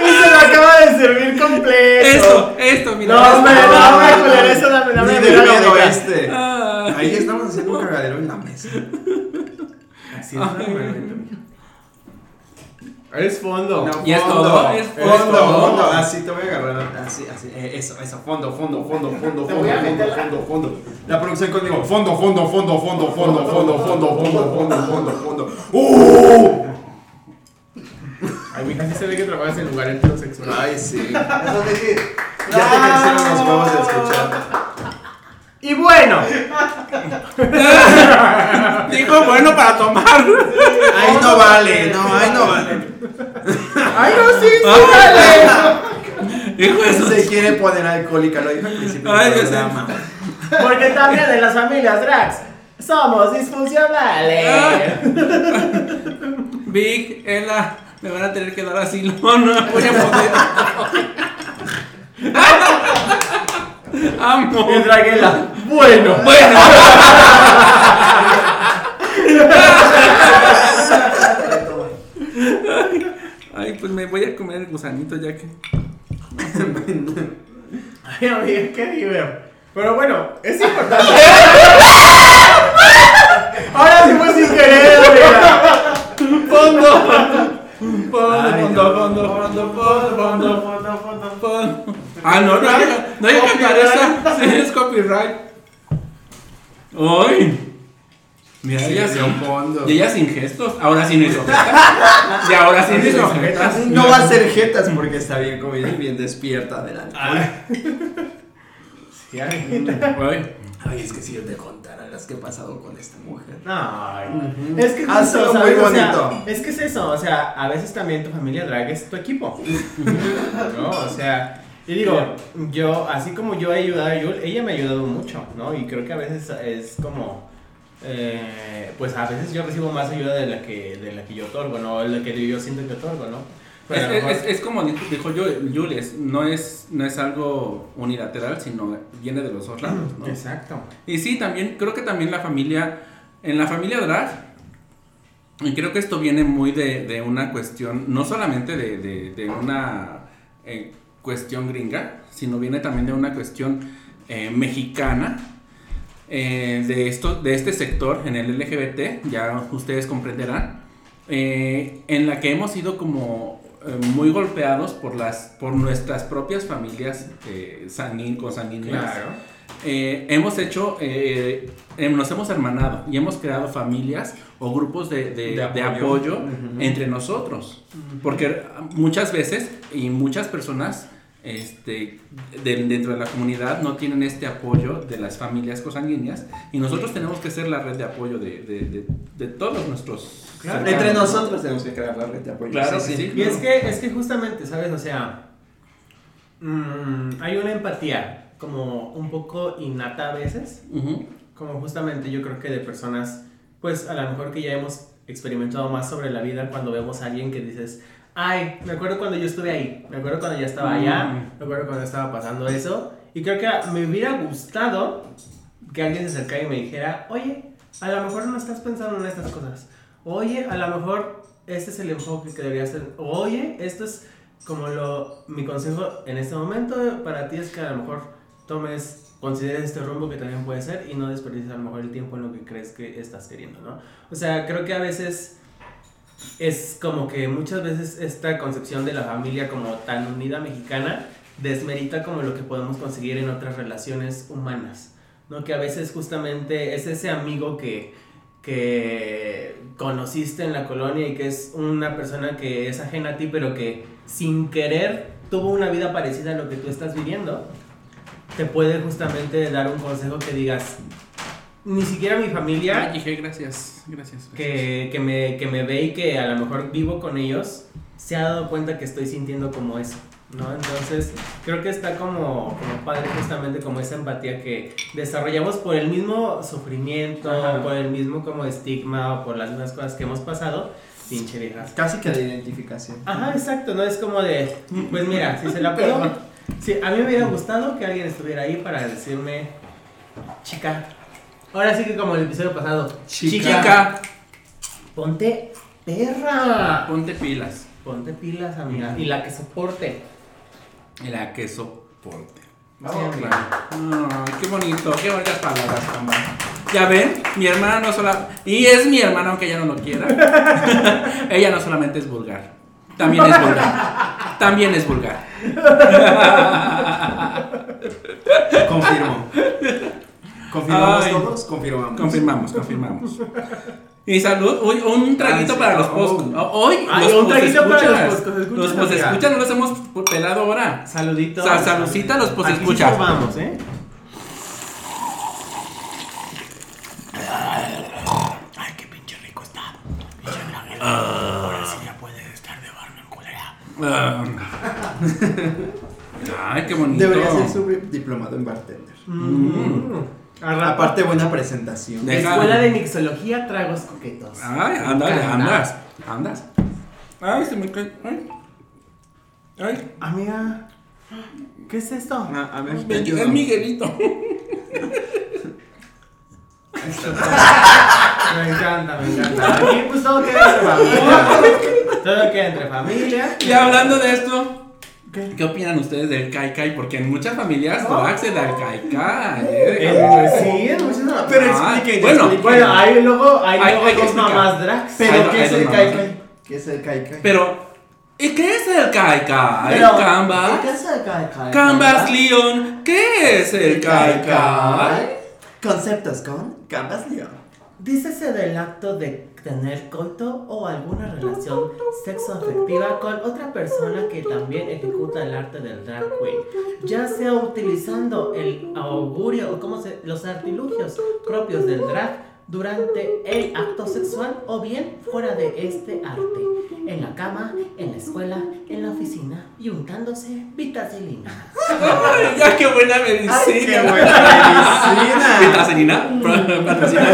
Speaker 1: Y se lo acaba de servir completo.
Speaker 2: Esto, esto, mira.
Speaker 1: No, hombre,
Speaker 2: esto.
Speaker 1: no, hombre, culera, eso dame, dame, dame,
Speaker 3: Ni del
Speaker 1: dame,
Speaker 3: miedo
Speaker 1: dame.
Speaker 3: este.
Speaker 2: Ah.
Speaker 3: Ahí estamos haciendo un cagadero en la mesa.
Speaker 1: Así es, normalmente, mija. Es fondo.
Speaker 3: No,
Speaker 2: ¿Y es
Speaker 3: fondo,
Speaker 2: todo? ¿Es
Speaker 3: fondo,
Speaker 2: todo?
Speaker 3: fondo. Así te voy a agarrar. Así, así. eh, Eso, eso. Fondo, fondo, fondo, fondo,
Speaker 1: Te voy a
Speaker 3: fondo, fondo,
Speaker 1: meter la-
Speaker 3: fondo, fondo. La producción conmigo. Fondo, fondo, fondo, fondo, fondo, fondo, fondo, fondo, fondo, fondo, fondo. ¡Uh!
Speaker 1: Ay, mija, sí se ve que trabajas en lugar heterosexual.
Speaker 3: Ay, sí. Eso te dije. Ya te crecieron los huevos de escuchar.
Speaker 1: Y bueno,
Speaker 2: Dijo bueno para tomar.
Speaker 3: Ahí no vale, no, ahí no vale.
Speaker 1: ay, no, sí, sí,
Speaker 2: Ah. Dijo eso.
Speaker 3: Se quiere poner alcohólica, lo dijo al principio
Speaker 2: Ay,
Speaker 3: del
Speaker 2: Dios
Speaker 3: programa.
Speaker 1: dale. Porque también en las familias drags somos disfuncionales.
Speaker 2: Big, Ella, me van a tener que dar asilo. No, no voy a poder. Amo.
Speaker 1: Y Draguela, bueno.
Speaker 2: Bueno. Ay, pues me voy a comer el gusanito ya que.
Speaker 1: Ay, amiga, qué divertido. Pero bueno, es importante. Ahora sí fue sin querer, amiga.
Speaker 2: Fondo,
Speaker 3: Ay,
Speaker 2: fondo,
Speaker 3: no.
Speaker 2: fondo, fondo, fondo, fondo,
Speaker 1: Fondo, fondo,
Speaker 2: fondo. Ah, no, no hay, no hay que cantar esa. Sí, es copyright. Ay. Mira,
Speaker 3: Sí,
Speaker 2: ella,
Speaker 3: sí,
Speaker 2: sin,
Speaker 3: fondo.
Speaker 2: y ella sin gestos. Ahora sí no hizo gestas. Y ahora sí no hizo gestas.
Speaker 3: No va a ser jetas porque está bien comida y bien despierta adelante.
Speaker 1: Sí, amiga.
Speaker 2: Ay.
Speaker 3: Ay, es que si yo te contara las que he pasado con esta mujer.
Speaker 1: Ay,
Speaker 3: Ujú.
Speaker 1: es que
Speaker 3: Ha sido muy
Speaker 1: O sea,
Speaker 3: bonito.
Speaker 1: es que es eso, o sea, a veces también tu familia drag es tu equipo. no, o sea, Y digo, yo, así como yo he ayudado a Yul, ella me ha ayudado mucho, ¿no? Y creo que a veces es como, eh, pues a veces yo recibo más ayuda de la que, de la que yo otorgo, ¿no? De la que yo siento que otorgo, ¿no? Pero a lo
Speaker 2: Es,
Speaker 1: mejor-
Speaker 2: es- es como dijo, dijo Ju- Jules, no es, no es algo unilateral, sino viene de los dos lados, ¿no?
Speaker 1: Exacto.
Speaker 2: Y sí, también, creo que también la familia, en la familia drag, y creo que esto viene muy de, de una cuestión, no solamente de, de- de una eh, cuestión gringa, sino viene también de una cuestión eh, mexicana. eh, de, esto, de este sector en el LGBT, ya ustedes comprenderán, eh, en la que hemos sido como eh, muy golpeados por, las, por nuestras propias familias eh, sanguin- consanguíneas.
Speaker 1: Claro.
Speaker 2: Eh, hemos hecho, eh, eh, nos hemos hermanado y hemos creado familias o grupos de, de-
Speaker 1: De
Speaker 2: de
Speaker 1: apoyo.
Speaker 2: apoyo,
Speaker 1: Ujú.
Speaker 2: entre nosotros. Porque muchas veces y muchas personas este, de- dentro de la comunidad no tienen este apoyo de las familias cosanguíneas y nosotros tenemos que ser la red de apoyo de, de- de- de todos nuestros.
Speaker 1: Claro.
Speaker 2: cercanos.
Speaker 3: Entre nosotros tenemos que crear la red de apoyo.
Speaker 2: Claro que sí.
Speaker 1: Y es que, es que justamente, ¿sabes? O sea, mm, hay una empatía como un poco innata a veces,
Speaker 2: Ujú.
Speaker 1: como justamente yo creo que de personas, pues a lo mejor que ya hemos experimentado más sobre la vida cuando vemos a alguien que dices, ay, me acuerdo cuando yo estuve ahí, me acuerdo cuando ya estaba allá,
Speaker 2: Mm.
Speaker 1: me acuerdo cuando estaba pasando eso, y creo que me hubiera gustado que alguien se acercara y me dijera, oye, a lo mejor no estás pensando en estas cosas. Oye, a lo mejor este es el enfoque que deberías hacer. Oye, esto es como lo, mi consejo en este momento para ti es que a lo mejor tomes, consideres este rumbo que también puede ser y no desperdicies a lo mejor el tiempo en lo que crees que estás queriendo, ¿no? O sea, creo que a veces es como que muchas veces esta concepción de la familia como tan unida mexicana desmerita como lo que podemos conseguir en otras relaciones humanas, ¿no? Que a veces justamente es ese amigo que, que conociste en la colonia y que es una persona que es ajena a ti, pero que sin querer tuvo una vida parecida a lo que tú estás viviendo, te puede justamente dar un consejo que digas, ni siquiera mi familia
Speaker 2: Ay, dije, gracias, gracias. gracias.
Speaker 1: que, que me, que me ve y que a lo mejor vivo con ellos, se ha dado cuenta que estoy sintiendo como eso, ¿no? Entonces, creo que está como, como padre justamente como esa empatía que desarrollamos por el mismo sufrimiento,
Speaker 3: Ajá.
Speaker 1: por el mismo como estigma o por las mismas cosas que hemos pasado, pinche viejas.
Speaker 3: Casi que de identificación.
Speaker 1: Ajá, exacto, no es como de, pues mira, si se la puedo... Sí, a mí me hubiera gustado que alguien estuviera ahí para decirme, chica, ahora sí que como el episodio pasado,
Speaker 2: Chica,
Speaker 1: ponte perra.
Speaker 2: ponte pilas.
Speaker 1: Ponte pilas, amiga. Y la que soporte.
Speaker 2: En la que soporte.
Speaker 1: Vamos,
Speaker 2: Sí,
Speaker 1: claro.
Speaker 2: claro. Ay, qué bonito, qué bonitas palabras, Camba. Ya ven, mi hermana no sola Y es mi hermana, aunque ella no lo quiera. ella no solamente es vulgar. También es vulgar. También es vulgar.
Speaker 3: Confirmo. ¿Confirmamos
Speaker 2: Ay.
Speaker 3: todos? Confirmamos.
Speaker 2: Confirmamos, confirmamos. Y salud, uy, un traguito
Speaker 3: Ay, sí,
Speaker 2: para los
Speaker 3: no.
Speaker 2: post. oh, Hoy,
Speaker 1: Oh. Ay,
Speaker 2: los
Speaker 1: un traguito para los
Speaker 2: posescuchas.
Speaker 1: posescuchas,
Speaker 2: Los
Speaker 1: amiga.
Speaker 2: posescuchas no los hemos pelado ahora.
Speaker 1: Saluditos.
Speaker 2: Sa- pues, saludcita a los posescuchas.
Speaker 1: Aquí sí vamos, ¿eh?
Speaker 5: Ay, qué pinche rico está. Pinche Gabriel. Ahora sí ya puedes estar de barman culera.
Speaker 2: Ah. Ay, qué bonito.
Speaker 3: Debería ser su diplomado en bartender.
Speaker 1: Mm. Arrapa.
Speaker 3: Aparte, buena presentación.
Speaker 2: De- Deja-
Speaker 1: Escuela de Mixología, tragos coquetos.
Speaker 2: Ay, andas,
Speaker 1: Carnal.
Speaker 2: andas, andas. Ay, se me cae. Ay. Ay.
Speaker 1: Amiga, ¿qué es esto?
Speaker 3: Ah, a ver,
Speaker 2: me-
Speaker 3: ayuda.
Speaker 2: Es Miguelito.
Speaker 1: Me encanta, me encanta. Aquí pues todo queda entre familia. Todo queda entre familia.
Speaker 2: Y hablando de esto,
Speaker 1: ¿Qué?
Speaker 2: ¿qué opinan ustedes del Kai Kai? Porque en muchas familias drag se da el Kai Kai.
Speaker 1: Eh,
Speaker 2: ¿eh?
Speaker 1: sí, es mucho-
Speaker 3: Pero
Speaker 2: Ah,
Speaker 3: expliquen,
Speaker 2: bueno,
Speaker 3: expliquen.
Speaker 1: Bueno, ahí luego, ahí
Speaker 2: Hay-
Speaker 1: luego
Speaker 2: hay que
Speaker 1: dos
Speaker 2: explicar.
Speaker 1: mamás drags.
Speaker 2: Hay
Speaker 3: Pero,
Speaker 2: do-
Speaker 3: ¿qué es
Speaker 2: hay
Speaker 3: el
Speaker 2: dos
Speaker 3: Kai
Speaker 2: mamás.
Speaker 3: Kai? ¿Qué es el Kai Kai?
Speaker 2: Pero, ¿y qué es el Kai Kai?
Speaker 3: Pero,
Speaker 2: Canvas.
Speaker 3: ¿Qué es el Kai Kai?
Speaker 2: Canvas Leon, ¿qué es el Kai Kai?
Speaker 3: Conceptos con Canvas Leon.
Speaker 1: Dícese del acto de tener coito o alguna relación sexoafectiva con otra persona que también ejecuta el arte del drag queen, ya sea utilizando el augurio o como se, los artilugios propios del drag durante el acto sexual o bien fuera de este arte, en la cama, en la escuela, en la oficina y untándose vitacilina.
Speaker 2: Ya, qué buena
Speaker 3: Ay, qué
Speaker 2: medicina.
Speaker 3: buena medicina.
Speaker 2: ¿Vitracenina? Patrocina.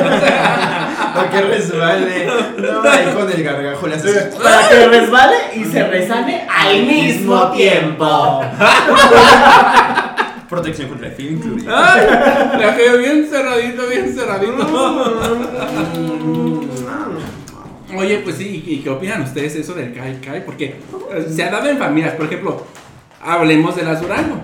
Speaker 3: Para que resbale. No, ahí con el gargajo le haces.
Speaker 1: Para que resbale y se resane al mismo tiempo.
Speaker 3: Protección contra el frío incluida.
Speaker 2: Ay, la quedó bien cerradito, bien
Speaker 3: Mm.
Speaker 2: cerradito. Oye, pues sí, ¿y qué opinan ustedes eso del Kai Kai? Porque eh, se ha dado en familias, por ejemplo, hablemos de las Durango.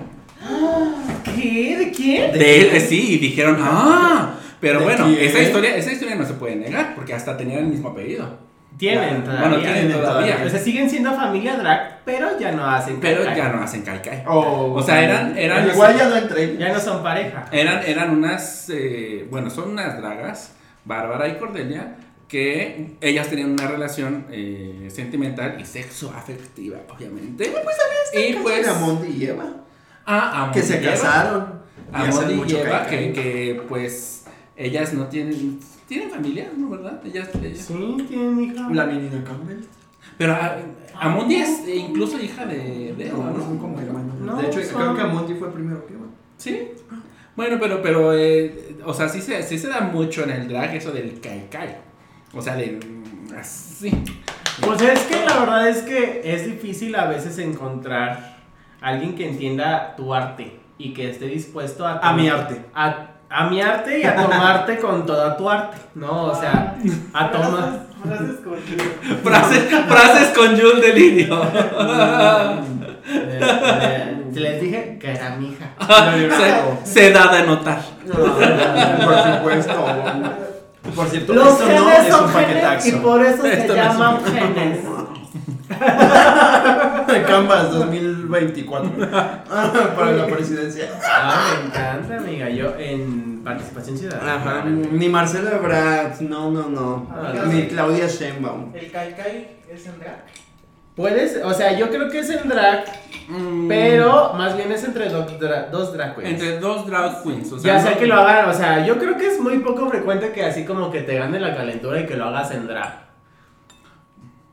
Speaker 1: ¿Qué? ¿De quién?
Speaker 2: De él, eh, sí, y dijeron, ah, pero
Speaker 3: ¿De
Speaker 2: bueno,
Speaker 3: quién?
Speaker 2: esa historia, esa historia no se puede negar, porque hasta tenían el mismo apellido.
Speaker 1: Tienen
Speaker 2: Bueno,
Speaker 1: todavía.
Speaker 2: tienen todavía.
Speaker 1: O sea, siguen siendo familia drag, pero ya no hacen
Speaker 2: Pero
Speaker 1: drag.
Speaker 2: ya no hacen Kai Kai.
Speaker 3: Oh.
Speaker 2: O sea, eran, eran,
Speaker 3: Igual ya no entré.
Speaker 1: Ya no son pareja.
Speaker 2: eran, eran unas, eh, bueno, son unas dragas, Bárbara y Cordelia, que ellas tenían una relación eh, sentimental y sexo afectiva, obviamente. y pues,
Speaker 3: Era Mondi y Eva.
Speaker 2: ah,
Speaker 3: Que se
Speaker 2: Amor y Eva.
Speaker 3: casaron.
Speaker 2: A
Speaker 3: hacen
Speaker 2: Modi y
Speaker 3: mucho
Speaker 2: Eva,
Speaker 3: caca.
Speaker 2: que, que pues ellas no tienen. Tienen familia, ¿no? ¿Verdad? Ellas. ellas.
Speaker 1: Sí, tienen hija.
Speaker 3: La menina Campbell.
Speaker 2: Pero a- Amundi es eh, incluso hija de, de Eva,
Speaker 3: No, no son
Speaker 2: ¿no?
Speaker 3: como hermanos.
Speaker 1: No,
Speaker 3: de hecho,
Speaker 1: son-
Speaker 3: creo que Amondi fue primero que Eva.
Speaker 2: Sí. Bueno, pero, pero, eh, o sea, sí se, sí se da mucho en el drag eso del kai kai. O sea, de. mm, Así.
Speaker 1: Pues es que la verdad es que es difícil a veces encontrar alguien que entienda tu arte y que esté dispuesto a...
Speaker 3: A mi arte.
Speaker 1: A, a mi arte y a tomarte con toda tu arte, ¿no? O sea, a tomar...
Speaker 2: Frases, frases con Jules Delirio.
Speaker 1: Les dije que era mi hija.
Speaker 2: se, se da de notar.
Speaker 3: No, por supuesto. Por cierto,
Speaker 1: Los
Speaker 3: esto no
Speaker 1: genes
Speaker 3: es
Speaker 1: son
Speaker 3: un
Speaker 1: genes y
Speaker 3: paquetaxo.
Speaker 1: por eso se
Speaker 2: Esto no es un
Speaker 1: llaman genes.
Speaker 3: Canvas 2024. Para la presidencia.
Speaker 1: Ah, me encanta, amiga. Yo en participación ciudadana.
Speaker 3: Ajá. Ni Marcela Brad. No, no, no.
Speaker 1: Ah,
Speaker 3: Ni Claudia Sheinbaum.
Speaker 4: ¿El Kaikai es en drag?
Speaker 1: Puedes, o sea, yo creo que es en drag, Mm. pero más bien es entre dos, dra- dos drag queens.
Speaker 2: Pues. Entre dos drag queens. O sea,
Speaker 1: ya sea
Speaker 2: no-
Speaker 1: que lo hagan, o sea, yo creo que es muy poco frecuente que así como que te gane la calentura y que lo hagas en drag.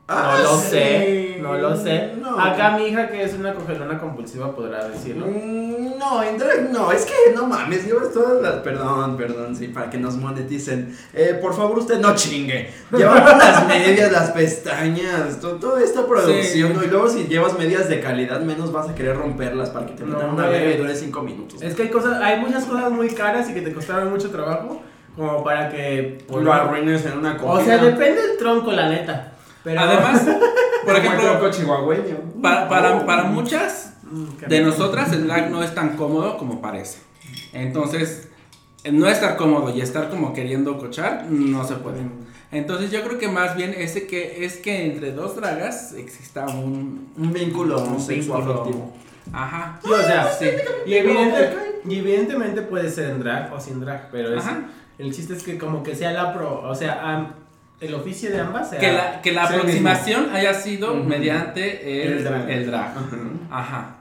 Speaker 1: No lo
Speaker 3: Ah, sí.
Speaker 1: sé, no lo sé.
Speaker 3: No.
Speaker 1: Acá mi hija que es una cogelona compulsiva podrá decirlo.
Speaker 3: Mm, No, en drag no, es que no mames, llevas todas las. Perdón, perdón, sí, para que nos moneticen. Eh, por favor, usted no chingue. Llevamos las medias, las pestañas, to- toda esta producción.
Speaker 2: Sí.
Speaker 3: ¿no? Y luego, si llevas medias de calidad, menos vas a querer romperlas para que te metan
Speaker 1: No,
Speaker 3: una
Speaker 1: güey.
Speaker 3: verga y dure 5 minutos.
Speaker 1: Es que hay cosas, hay muchas cosas muy caras y que te costaron mucho trabajo como para que
Speaker 3: Lo arruines en una
Speaker 1: O sea, depende del tronco, la neta. Pero
Speaker 2: Además, por ejemplo,
Speaker 3: chihuahueño.
Speaker 2: Para, para, para muchas
Speaker 1: Mm, qué
Speaker 2: de
Speaker 1: rico.
Speaker 2: nosotras el drag no es tan cómodo como parece. Entonces, eh, no estar cómodo y estar como queriendo cochar no se puede. Entonces yo creo que más bien ese que es que entre dos dragas exista un,
Speaker 3: Un vínculo
Speaker 2: un
Speaker 3: sexoafectivo.
Speaker 2: vínculo. Ajá.
Speaker 1: Sí, o sea,
Speaker 2: Sí.
Speaker 1: Y, evidente- y evidentemente puede ser en drag o sin drag, pero es,
Speaker 2: Ajá.
Speaker 1: el chiste es que como que sea la pro, o sea, am- el oficio de ambas sea...
Speaker 2: Que la, que la
Speaker 1: sea el mismo,
Speaker 2: aproximación haya sido mediante el,
Speaker 3: El
Speaker 2: el
Speaker 3: drag.
Speaker 2: drag.
Speaker 3: Ajá.
Speaker 2: Ajá.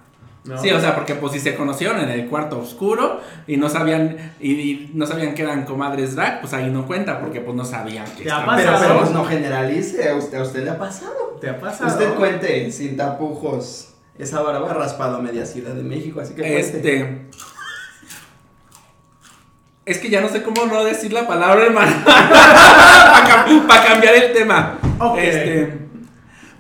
Speaker 1: ¿no?
Speaker 2: Sí, o sea, porque pues si se conocieron en el cuarto oscuro y no sabían y, y no sabían que eran comadres drag, pues ahí no cuenta porque pues no sabían que
Speaker 1: Te ha
Speaker 2: estaban-
Speaker 3: Pero,
Speaker 1: pasado.
Speaker 3: pero pues, no generalice, a usted, a usted le ha pasado.
Speaker 1: ¿Te ha pasado?
Speaker 3: Usted cuente sin tapujos. Esa barba ha raspado a media Ciudad de México, así que cuente.
Speaker 2: Este. Es que ya no sé cómo no decir la palabra, hermano. Para cambiar el tema.
Speaker 1: Ok.
Speaker 2: Este.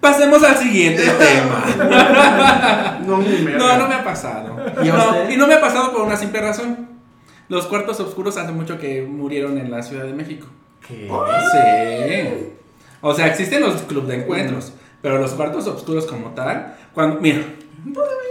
Speaker 2: Pasemos al siguiente tema.
Speaker 3: Ah, No, mi
Speaker 2: No,
Speaker 3: verga.
Speaker 2: no me ha pasado.
Speaker 3: ¿Y a
Speaker 2: No,
Speaker 3: usted?
Speaker 2: y no me ha pasado por una simple razón. Los cuartos oscuros hace mucho que murieron en la Ciudad de México.
Speaker 1: ¿Qué?
Speaker 2: Sí. O sea, existen los clubes de encuentros, pero los cuartos oscuros como tal, cuando mira,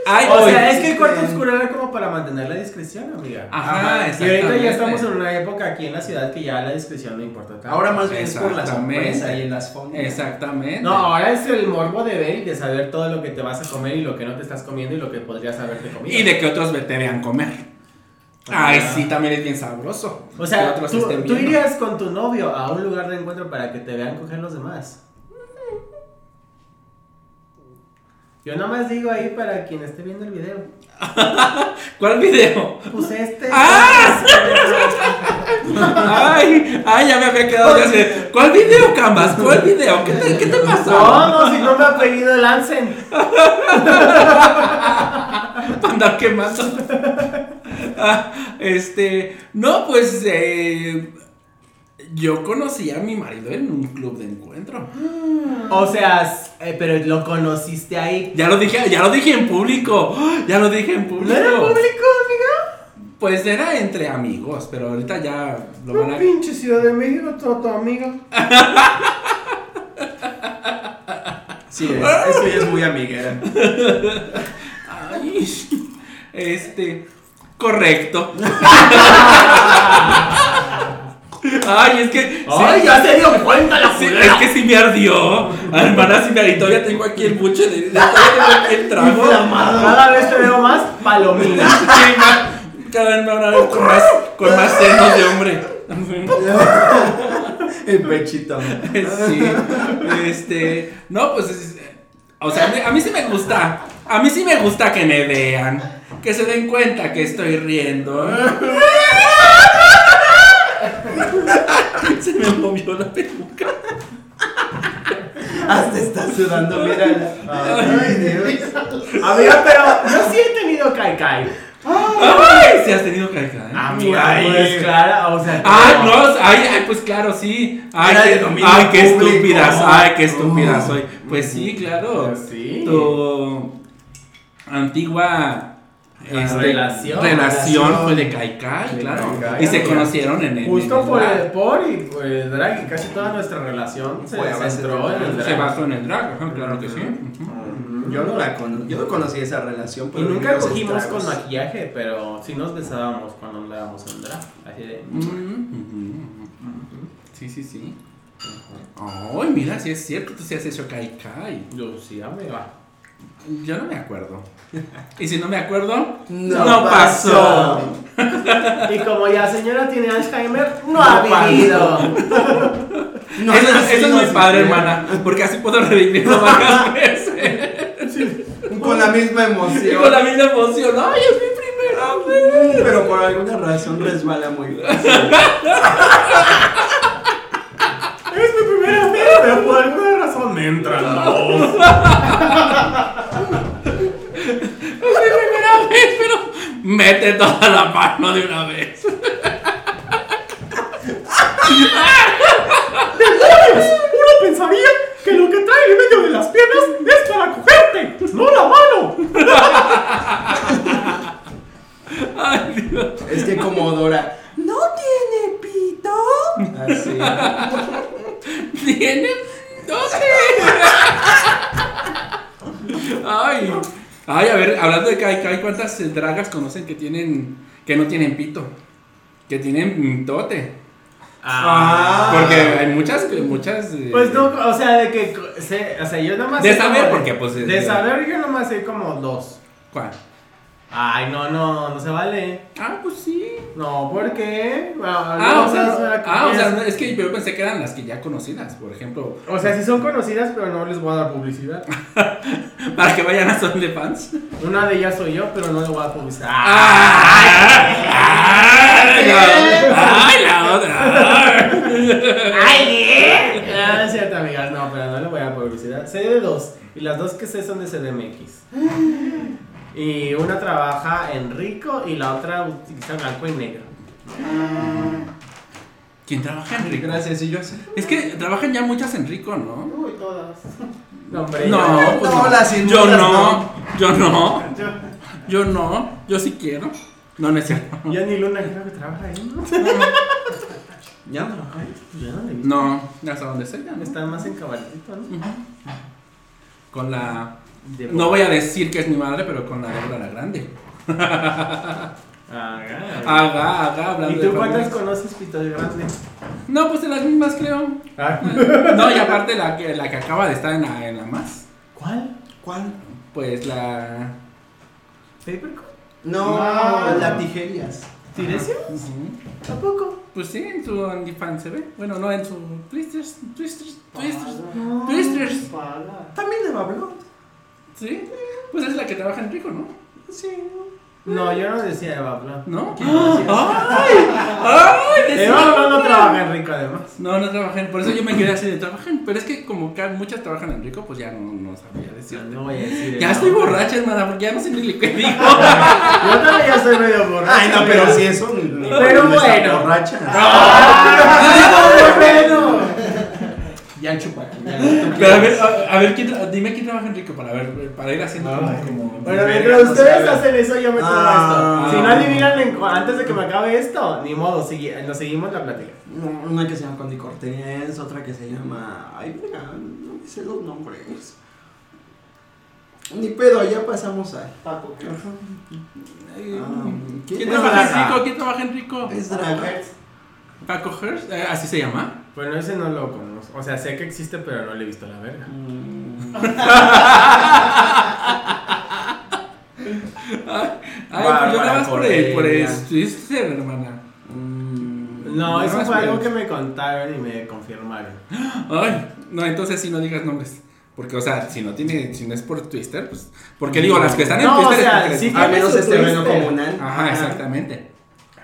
Speaker 2: hay
Speaker 1: O
Speaker 2: hoy-
Speaker 1: sea, es que el cuarto
Speaker 3: existen-
Speaker 1: oscuro era como para mantener la discreción, amiga.
Speaker 2: este, Ajá,
Speaker 1: Y ahorita
Speaker 2: exactamente.
Speaker 1: ya estamos en una época aquí en la ciudad que ya la discreción no importa tanto.
Speaker 3: Ahora más bien es por la
Speaker 2: Exactamente.
Speaker 3: sorpresa y en las fondas.
Speaker 2: Exactamente.
Speaker 1: No, ahora es el morbo de ver y de saber todo lo que te vas a comer y lo que no te estás comiendo y lo que podrías haberte comido.
Speaker 2: Y de que otros ve- te vean comer.
Speaker 1: Ah.
Speaker 2: Ay, sí, también es bien sabroso.
Speaker 1: O sea,
Speaker 2: Que otros
Speaker 1: tú,
Speaker 2: estén
Speaker 1: tú
Speaker 2: viendo.
Speaker 1: irías con tu novio a un lugar de encuentro para que te vean coger los demás. Yo nada más digo ahí para quien esté viendo el video.
Speaker 2: ¿Cuál video?
Speaker 1: Pues este.
Speaker 2: ¡Ah! Ay, ay, ya me había quedado ya sé. ¿Cuál video, Camas? ¿Cuál video? ¿Qué te, qué te pasó?
Speaker 1: No, no, si no me apellido Lancen.
Speaker 2: Para andar quemando. Ah, este, no, pues eh, yo conocí a mi marido en un club de encuentro.
Speaker 1: O sea, s- eh, pero lo conociste ahí.
Speaker 2: Ya lo dije, ya lo dije en público. ¡Ah! Ya lo dije en
Speaker 1: ¿No era público,
Speaker 2: público.
Speaker 1: amiga?
Speaker 2: Pues era entre amigos, pero ahorita ya lo van
Speaker 1: No,
Speaker 2: a
Speaker 1: pinche Ciudad de México, todo tu amigo.
Speaker 3: Sí, es, eso ya es muy amiguera.
Speaker 2: Ay, este, correcto. Ay, es que. sí,
Speaker 1: ya se dio cuenta la
Speaker 2: sí, es que sí me ardió. Hermana, sí me ardió. Todavía tengo aquí el buche de. de- todavía tengo aquí el trago.
Speaker 1: Cada vez te veo más palomina.
Speaker 2: Sí, ma- Cada vez me van a ver con más, con más senos de hombre.
Speaker 3: El pechito.
Speaker 2: Sí. Este. No, pues. es- o sea, a mí, a mí sí me gusta. A mí sí me gusta que me vean. Que se den cuenta que estoy riendo. Se me movió la peluca.
Speaker 3: Hasta está sudando, Ah, mírala. Ay, Dios.
Speaker 1: Amiga, pero yo sí he tenido caicai.
Speaker 2: ¡Ay! Se has tenido caca.
Speaker 1: Amiga,
Speaker 3: Ay.
Speaker 1: pues clara, o sea.
Speaker 2: Ah, no, ay, ay, pues claro, sí. Ay,
Speaker 3: Era de
Speaker 2: qué,
Speaker 3: dominio
Speaker 2: ay, qué
Speaker 3: público. Oh.
Speaker 2: estúpidas, ay, qué estúpida soy. Pues sí, claro.
Speaker 1: Pues sí.
Speaker 2: Tu antigua este,
Speaker 1: relación.
Speaker 2: relación
Speaker 3: Relación.
Speaker 2: fue de Caicay,
Speaker 1: De
Speaker 2: claro.
Speaker 1: Caicay,
Speaker 2: y se
Speaker 1: amiga.
Speaker 2: conocieron en el. en
Speaker 1: Justo
Speaker 2: el
Speaker 1: por
Speaker 2: drag.
Speaker 1: el por y por el drag, y casi toda nuestra relación se
Speaker 3: Fue a base
Speaker 1: centró
Speaker 3: de
Speaker 1: en el
Speaker 2: Se
Speaker 1: drag.
Speaker 2: basó en el drag, ajá, claro que sí. ujú.
Speaker 3: Yo no la cono yo no conocí esa relación.
Speaker 1: Y
Speaker 3: pero vi
Speaker 1: nunca
Speaker 3: los
Speaker 1: cogimos
Speaker 3: estragos.
Speaker 1: con maquillaje, pero sí nos besábamos cuando andábamos en drag. Así de.
Speaker 2: Ujú. Sí, sí, sí. Ay, mira, sí es cierto, tú sí has hecho Caicay.
Speaker 1: Yo sí, amiga.
Speaker 2: Yo no me acuerdo. Y si no me acuerdo,
Speaker 3: No pasó.
Speaker 1: Y como ya señora tiene Alzheimer, no,
Speaker 3: No
Speaker 1: ha
Speaker 3: pasó.
Speaker 1: vivido.
Speaker 3: No,
Speaker 2: eso,
Speaker 3: no,
Speaker 2: eso
Speaker 3: sí,
Speaker 2: es
Speaker 3: no,
Speaker 2: muy
Speaker 3: sí,
Speaker 2: padre,
Speaker 3: sí.
Speaker 2: hermana. Porque así puedo revivirlo varias veces.
Speaker 3: Con la misma
Speaker 2: Y
Speaker 3: emoción.
Speaker 2: con la misma emoción. ¡Ay, es mi primera vez!
Speaker 3: Pero por alguna razón resbala muy fácil.
Speaker 1: Es mi primera vez, pero por alguna razón me entra la voz.
Speaker 2: Es mi primera vez, pero. Mete toda la mano de una vez.
Speaker 1: Uno pensaría que lo que trae en medio de las piernas es para cogerte, pues no la mano.
Speaker 2: Ay, Dios.
Speaker 3: Es que como Dora. ¿No tiene pito? Así.
Speaker 2: ¿Tiene? ¿Dónde? Ay. Ay, a ver, hablando de Kai Kai, ¿cuántas eh, dragas conocen que tienen. que no tienen pito? Que tienen tote.
Speaker 1: Ah.
Speaker 2: Porque hay muchas, muchas. eh,
Speaker 1: Pues no, o sea, de que. co- sé- o sea, yo nomás.
Speaker 2: De
Speaker 1: sé como
Speaker 2: saber, porque, pues,
Speaker 1: De,
Speaker 2: es-
Speaker 1: saber, yo nomás sé como dos.
Speaker 2: ¿Cuál?
Speaker 1: Ay, no, no, no se vale.
Speaker 2: Ah, pues sí.
Speaker 1: No, ¿por qué? Bueno,
Speaker 2: Ah,
Speaker 1: no,
Speaker 2: o
Speaker 1: no, no,
Speaker 2: sea, ah, o
Speaker 1: es-
Speaker 2: sea, no, es que yo pensé que eran las que ya conocidas, por ejemplo,
Speaker 1: O sea, sí son conocidas, pero no les voy a dar publicidad.
Speaker 2: para que vayan a OnlyFans.
Speaker 1: Una de ellas soy yo, pero no le voy a dar publicidad. Ah,
Speaker 2: ¡Ay, la- ay, la otra!
Speaker 1: ¡Ay, No, no es cierto, amigas, no, pero no le voy a dar publicidad. Sé de dos, y las dos que sé son de CDMX. Y una trabaja en rico y la otra utiliza blanco y negro.
Speaker 2: ¿Quién trabaja en Rico?
Speaker 3: Gracias, y yo así.
Speaker 2: Es que trabajan ya muchas en Rico, ¿no?
Speaker 6: Uy, todas.
Speaker 1: No, hombre,
Speaker 2: No, pues
Speaker 3: No,
Speaker 2: no.
Speaker 3: las inmundas
Speaker 2: yo no,
Speaker 3: no.
Speaker 2: yo no, yo no, yo sí quiero. No, no es cierto.
Speaker 1: ya- Ya ni Luna creo que trabaja ahí, ¿no?
Speaker 3: Ya no.
Speaker 1: Ay, ya no le vi.
Speaker 2: No, hasta donde sea, ya no está.
Speaker 1: Está más en cabaretito, ¿no?
Speaker 2: Con la.
Speaker 1: De-
Speaker 2: No voy a decir que es mi madre, pero con la Débora la Grande.
Speaker 1: Haga.
Speaker 2: Haga, haga, Ah, hablando
Speaker 1: Ah, ¿Y
Speaker 2: de
Speaker 1: tú cuántas
Speaker 2: familias.
Speaker 1: conoces, Pito de Grande?
Speaker 2: No, pues de las mismas creo.
Speaker 1: Ah,
Speaker 2: No, y aparte la que, la que acaba de estar en la, en la más.
Speaker 1: ¿Cuál?
Speaker 3: ¿Cuál?
Speaker 2: Pues la.
Speaker 1: ¿Papercut?
Speaker 3: No,
Speaker 1: No.
Speaker 3: las tijerías.
Speaker 1: ¿Tirecio?
Speaker 2: Ujú.
Speaker 1: ¿Tampoco?
Speaker 2: Pues sí, en su OnlyFans se ve. Bueno, no, en su Twisters, Twisters, Twisters, Twisters.
Speaker 6: Paga.
Speaker 3: También de Bablón.
Speaker 2: Sí, pues es la que trabaja en rico, ¿no?
Speaker 1: No, yo no decía Eva Blanc.
Speaker 2: ¿No? ¡Ay! ¡Ay!
Speaker 1: Eva Blanc
Speaker 2: de
Speaker 1: Eh, no
Speaker 2: siempre.
Speaker 1: trabaja en rico, además.
Speaker 2: No, no trabajan, por eso yo me quedé así de trabajan, pero es que como que muchas trabajan en rico, pues ya no, no sabía decir.
Speaker 1: No voy a decir.
Speaker 2: Ya
Speaker 1: el
Speaker 2: estoy
Speaker 1: nombre.
Speaker 2: borracha, hermana, porque ya no sé ni lo que digo.
Speaker 1: Yo también ya estoy medio borracho.
Speaker 3: Ay, no, pero si es un.
Speaker 1: Pero
Speaker 3: una
Speaker 1: bueno.
Speaker 3: borracha.
Speaker 1: ¡Ah! bueno!
Speaker 2: Ya chupa. Pero a ver, a, a ver quién, tra- dime quién trabaja en rico para ver, para ir haciendo como, como-
Speaker 1: Bueno,
Speaker 3: Verga,
Speaker 1: mientras
Speaker 3: no
Speaker 1: ustedes
Speaker 3: sabe.
Speaker 1: hacen eso, yo me tomo
Speaker 3: Ah.
Speaker 1: esto. Si no adivinan en cu- antes de que me acabe esto, ni modo, sigui- nos seguimos la plática.
Speaker 3: Una que se llama Condi Cortés, otra que se llama. Ay, mira, no me sé los nombres. Ni pedo, ya pasamos a.
Speaker 1: Paco.
Speaker 3: Ajá.
Speaker 2: Eh,
Speaker 3: Ah, ¿quién
Speaker 2: ¿Quién
Speaker 3: es
Speaker 2: trabaja en
Speaker 1: Draga?
Speaker 2: rico? ¿Quién trabaja en rico?
Speaker 3: Es draga.
Speaker 2: Paco Hearst, eh, así se llama.
Speaker 1: Bueno, ese no lo conozco. O sea, sé que existe, pero no le he visto la verga.
Speaker 3: Mm.
Speaker 2: Ay, pues yo
Speaker 1: Bárbara
Speaker 2: nada más por el,
Speaker 1: Cordelia.
Speaker 2: por el Twister, hermana.
Speaker 3: Mm.
Speaker 1: No,
Speaker 2: No,
Speaker 1: eso
Speaker 2: es
Speaker 1: fue algo
Speaker 2: verdad.
Speaker 1: que me contaron y me confirmaron.
Speaker 2: Ay, no, entonces si no digas nombres. Porque, o sea, si no tiene, si no es por Twister, pues. Porque digo, las que están en
Speaker 1: No, o
Speaker 2: Twister es
Speaker 1: sea,
Speaker 2: porque les-
Speaker 1: sí
Speaker 3: A menos
Speaker 1: Eso
Speaker 3: este veneno
Speaker 1: tuviste.
Speaker 3: comunal.
Speaker 2: Ajá, exactamente.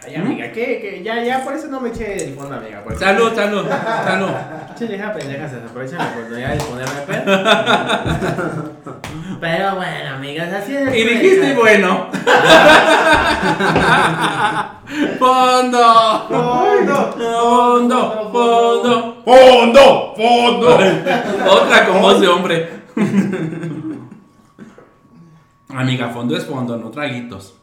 Speaker 1: Ay, amiga, ¿qué? qué? Ya, ya, por eso no me eché el fondo, amiga. Por eso.
Speaker 2: Salud, salud, salud.
Speaker 1: Che, deja pendeja, se aprovecha la oportunidad de ponerme pedo. Pero bueno, amigas, así es. pues,
Speaker 2: Y dijiste, bueno. Fondo.
Speaker 1: Fondo.
Speaker 2: Fondo, fondo.
Speaker 3: ¡Fondo! ¡Fondo!
Speaker 2: Otra con voz de hombre. Amiga, fondo es fondo, no traguitos.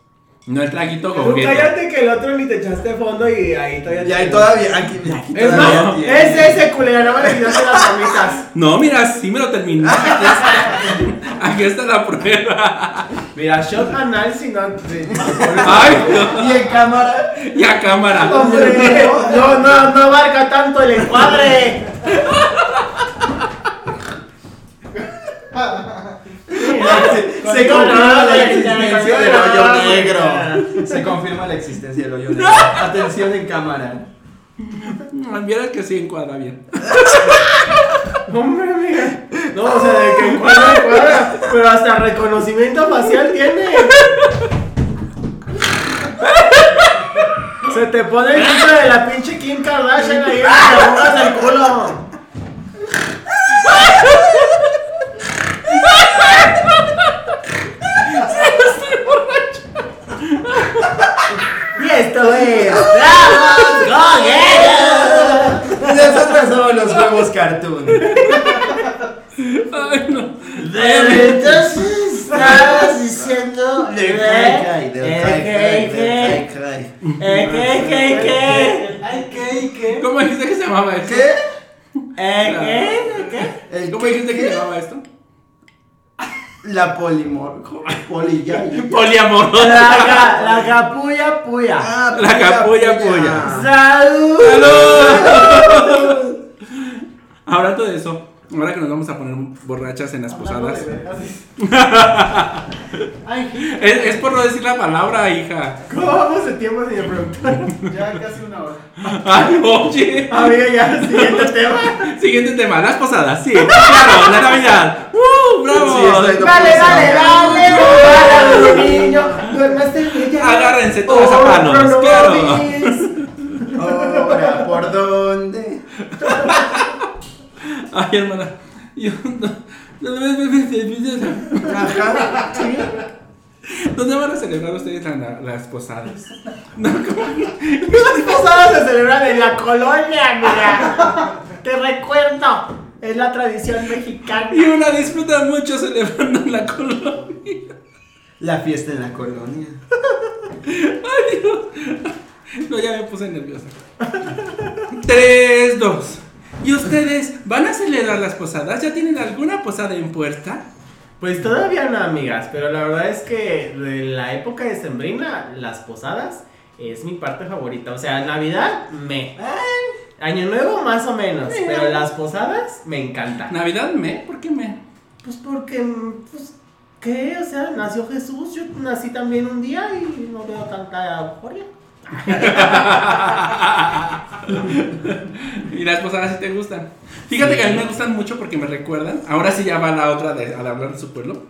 Speaker 2: No el traguito
Speaker 1: Tú
Speaker 2: coqueto.
Speaker 1: cállate que el otro ni te echaste fondo y ahí todavía.
Speaker 3: Y ahí todavía. Aquí, aquí
Speaker 1: Es
Speaker 3: todavía
Speaker 1: más,
Speaker 3: tiene.
Speaker 1: es ese culero, no me le quitaste las gomitas.
Speaker 2: No, mira, sí me lo terminé. Aquí está, aquí está la prueba.
Speaker 1: Mira, shot anal si no. si-
Speaker 2: Ay, no.
Speaker 3: Y en cámara.
Speaker 2: Ya cámara.
Speaker 1: Hombre, no, no, no abarca tanto el encuadre.
Speaker 3: Se, se
Speaker 1: Con
Speaker 3: confirma
Speaker 1: todo,
Speaker 3: la
Speaker 1: con
Speaker 3: existencia
Speaker 1: todo,
Speaker 3: del
Speaker 1: con
Speaker 3: hoyo
Speaker 1: todo.
Speaker 3: negro. Se confirma la existencia del hoyo negro. Atención en cámara.
Speaker 2: Vieras Mm, que sí encuadra bien.
Speaker 1: Hombre, amiga. No, o sea, de que encuadra, encuadra. Pero hasta reconocimiento facial tiene. Se te pone el culo de la pinche Kim Kardashian ahí en las arrugas del culo. Y esto es Dramas con Ellos.
Speaker 3: Nosotros somos los huevos cartoon.
Speaker 2: Ay, no.
Speaker 1: Entonces estabas diciendo
Speaker 3: Del
Speaker 1: que-
Speaker 3: cray cray, del cray cray, del
Speaker 1: que-
Speaker 3: cray cray.
Speaker 1: que- que- que- que-
Speaker 2: ¿Cómo dijiste que se llamaba esto?
Speaker 3: ¿Qué?
Speaker 1: eh, que- que-
Speaker 3: El
Speaker 2: ¿Cómo dijiste que se llamaba esto?
Speaker 3: La polimor... Poli ya.
Speaker 2: Poliamorosa.
Speaker 1: La ca- la capulla puya.
Speaker 3: Ah,
Speaker 2: La capulla, puya.
Speaker 1: Salud.
Speaker 2: ¡Salud! Ahora todo eso, ahora que nos vamos a poner borrachas en las posadas.
Speaker 4: Ay,
Speaker 2: Es, es por no decir la palabra, hija.
Speaker 1: ¿Cómo vamos de tiempo sin preguntar?
Speaker 4: ya casi una hora.
Speaker 2: Ay, oye.
Speaker 1: Amiga, ya, siguiente tema.
Speaker 2: Siguiente tema, las posadas, sí. Claro, la Navidad. ¡Uh! ¡Bravo!
Speaker 3: Sí, estoy de-
Speaker 1: Dale, dale, dale, dale, dale, niño. Duérmase, niña.
Speaker 2: Agárrense todos a palos,
Speaker 1: Otro
Speaker 2: claro.
Speaker 1: novio.
Speaker 3: Ahora, ¿por dónde?
Speaker 2: Ay, hermana. Yo no-
Speaker 3: Ajá.
Speaker 2: ¿Dónde van a celebrar ustedes la- la- las posadas?
Speaker 1: Las posadas se celebran en la colonia, amiga. Te recuerdo. Es la tradición mexicana.
Speaker 2: Y una disfruta mucho celebrando en la colonia.
Speaker 3: La fiesta en la colonia.
Speaker 2: No, ya me puse nerviosa. 3, 2. ¿Y ustedes van a celebrar las posadas? ¿Ya tienen alguna posada en puerta?
Speaker 1: Pues todavía no, amigas, pero la verdad es que de la época de Sembrina, las posadas, es mi parte favorita. O sea, Navidad, me. Año Nuevo, más o menos. Pero las posadas, me encantan.
Speaker 2: ¿Navidad me? ¿Por qué me?
Speaker 1: Pues porque, pues, ¿qué? O sea, nació Jesús, yo nací también un día y no veo tanta euforia.
Speaker 2: Y las posadas sí te gustan. Fíjate que a mí me gustan mucho porque me recuerdan. Ahora sí ya va la otra de, al hablar de su pueblo.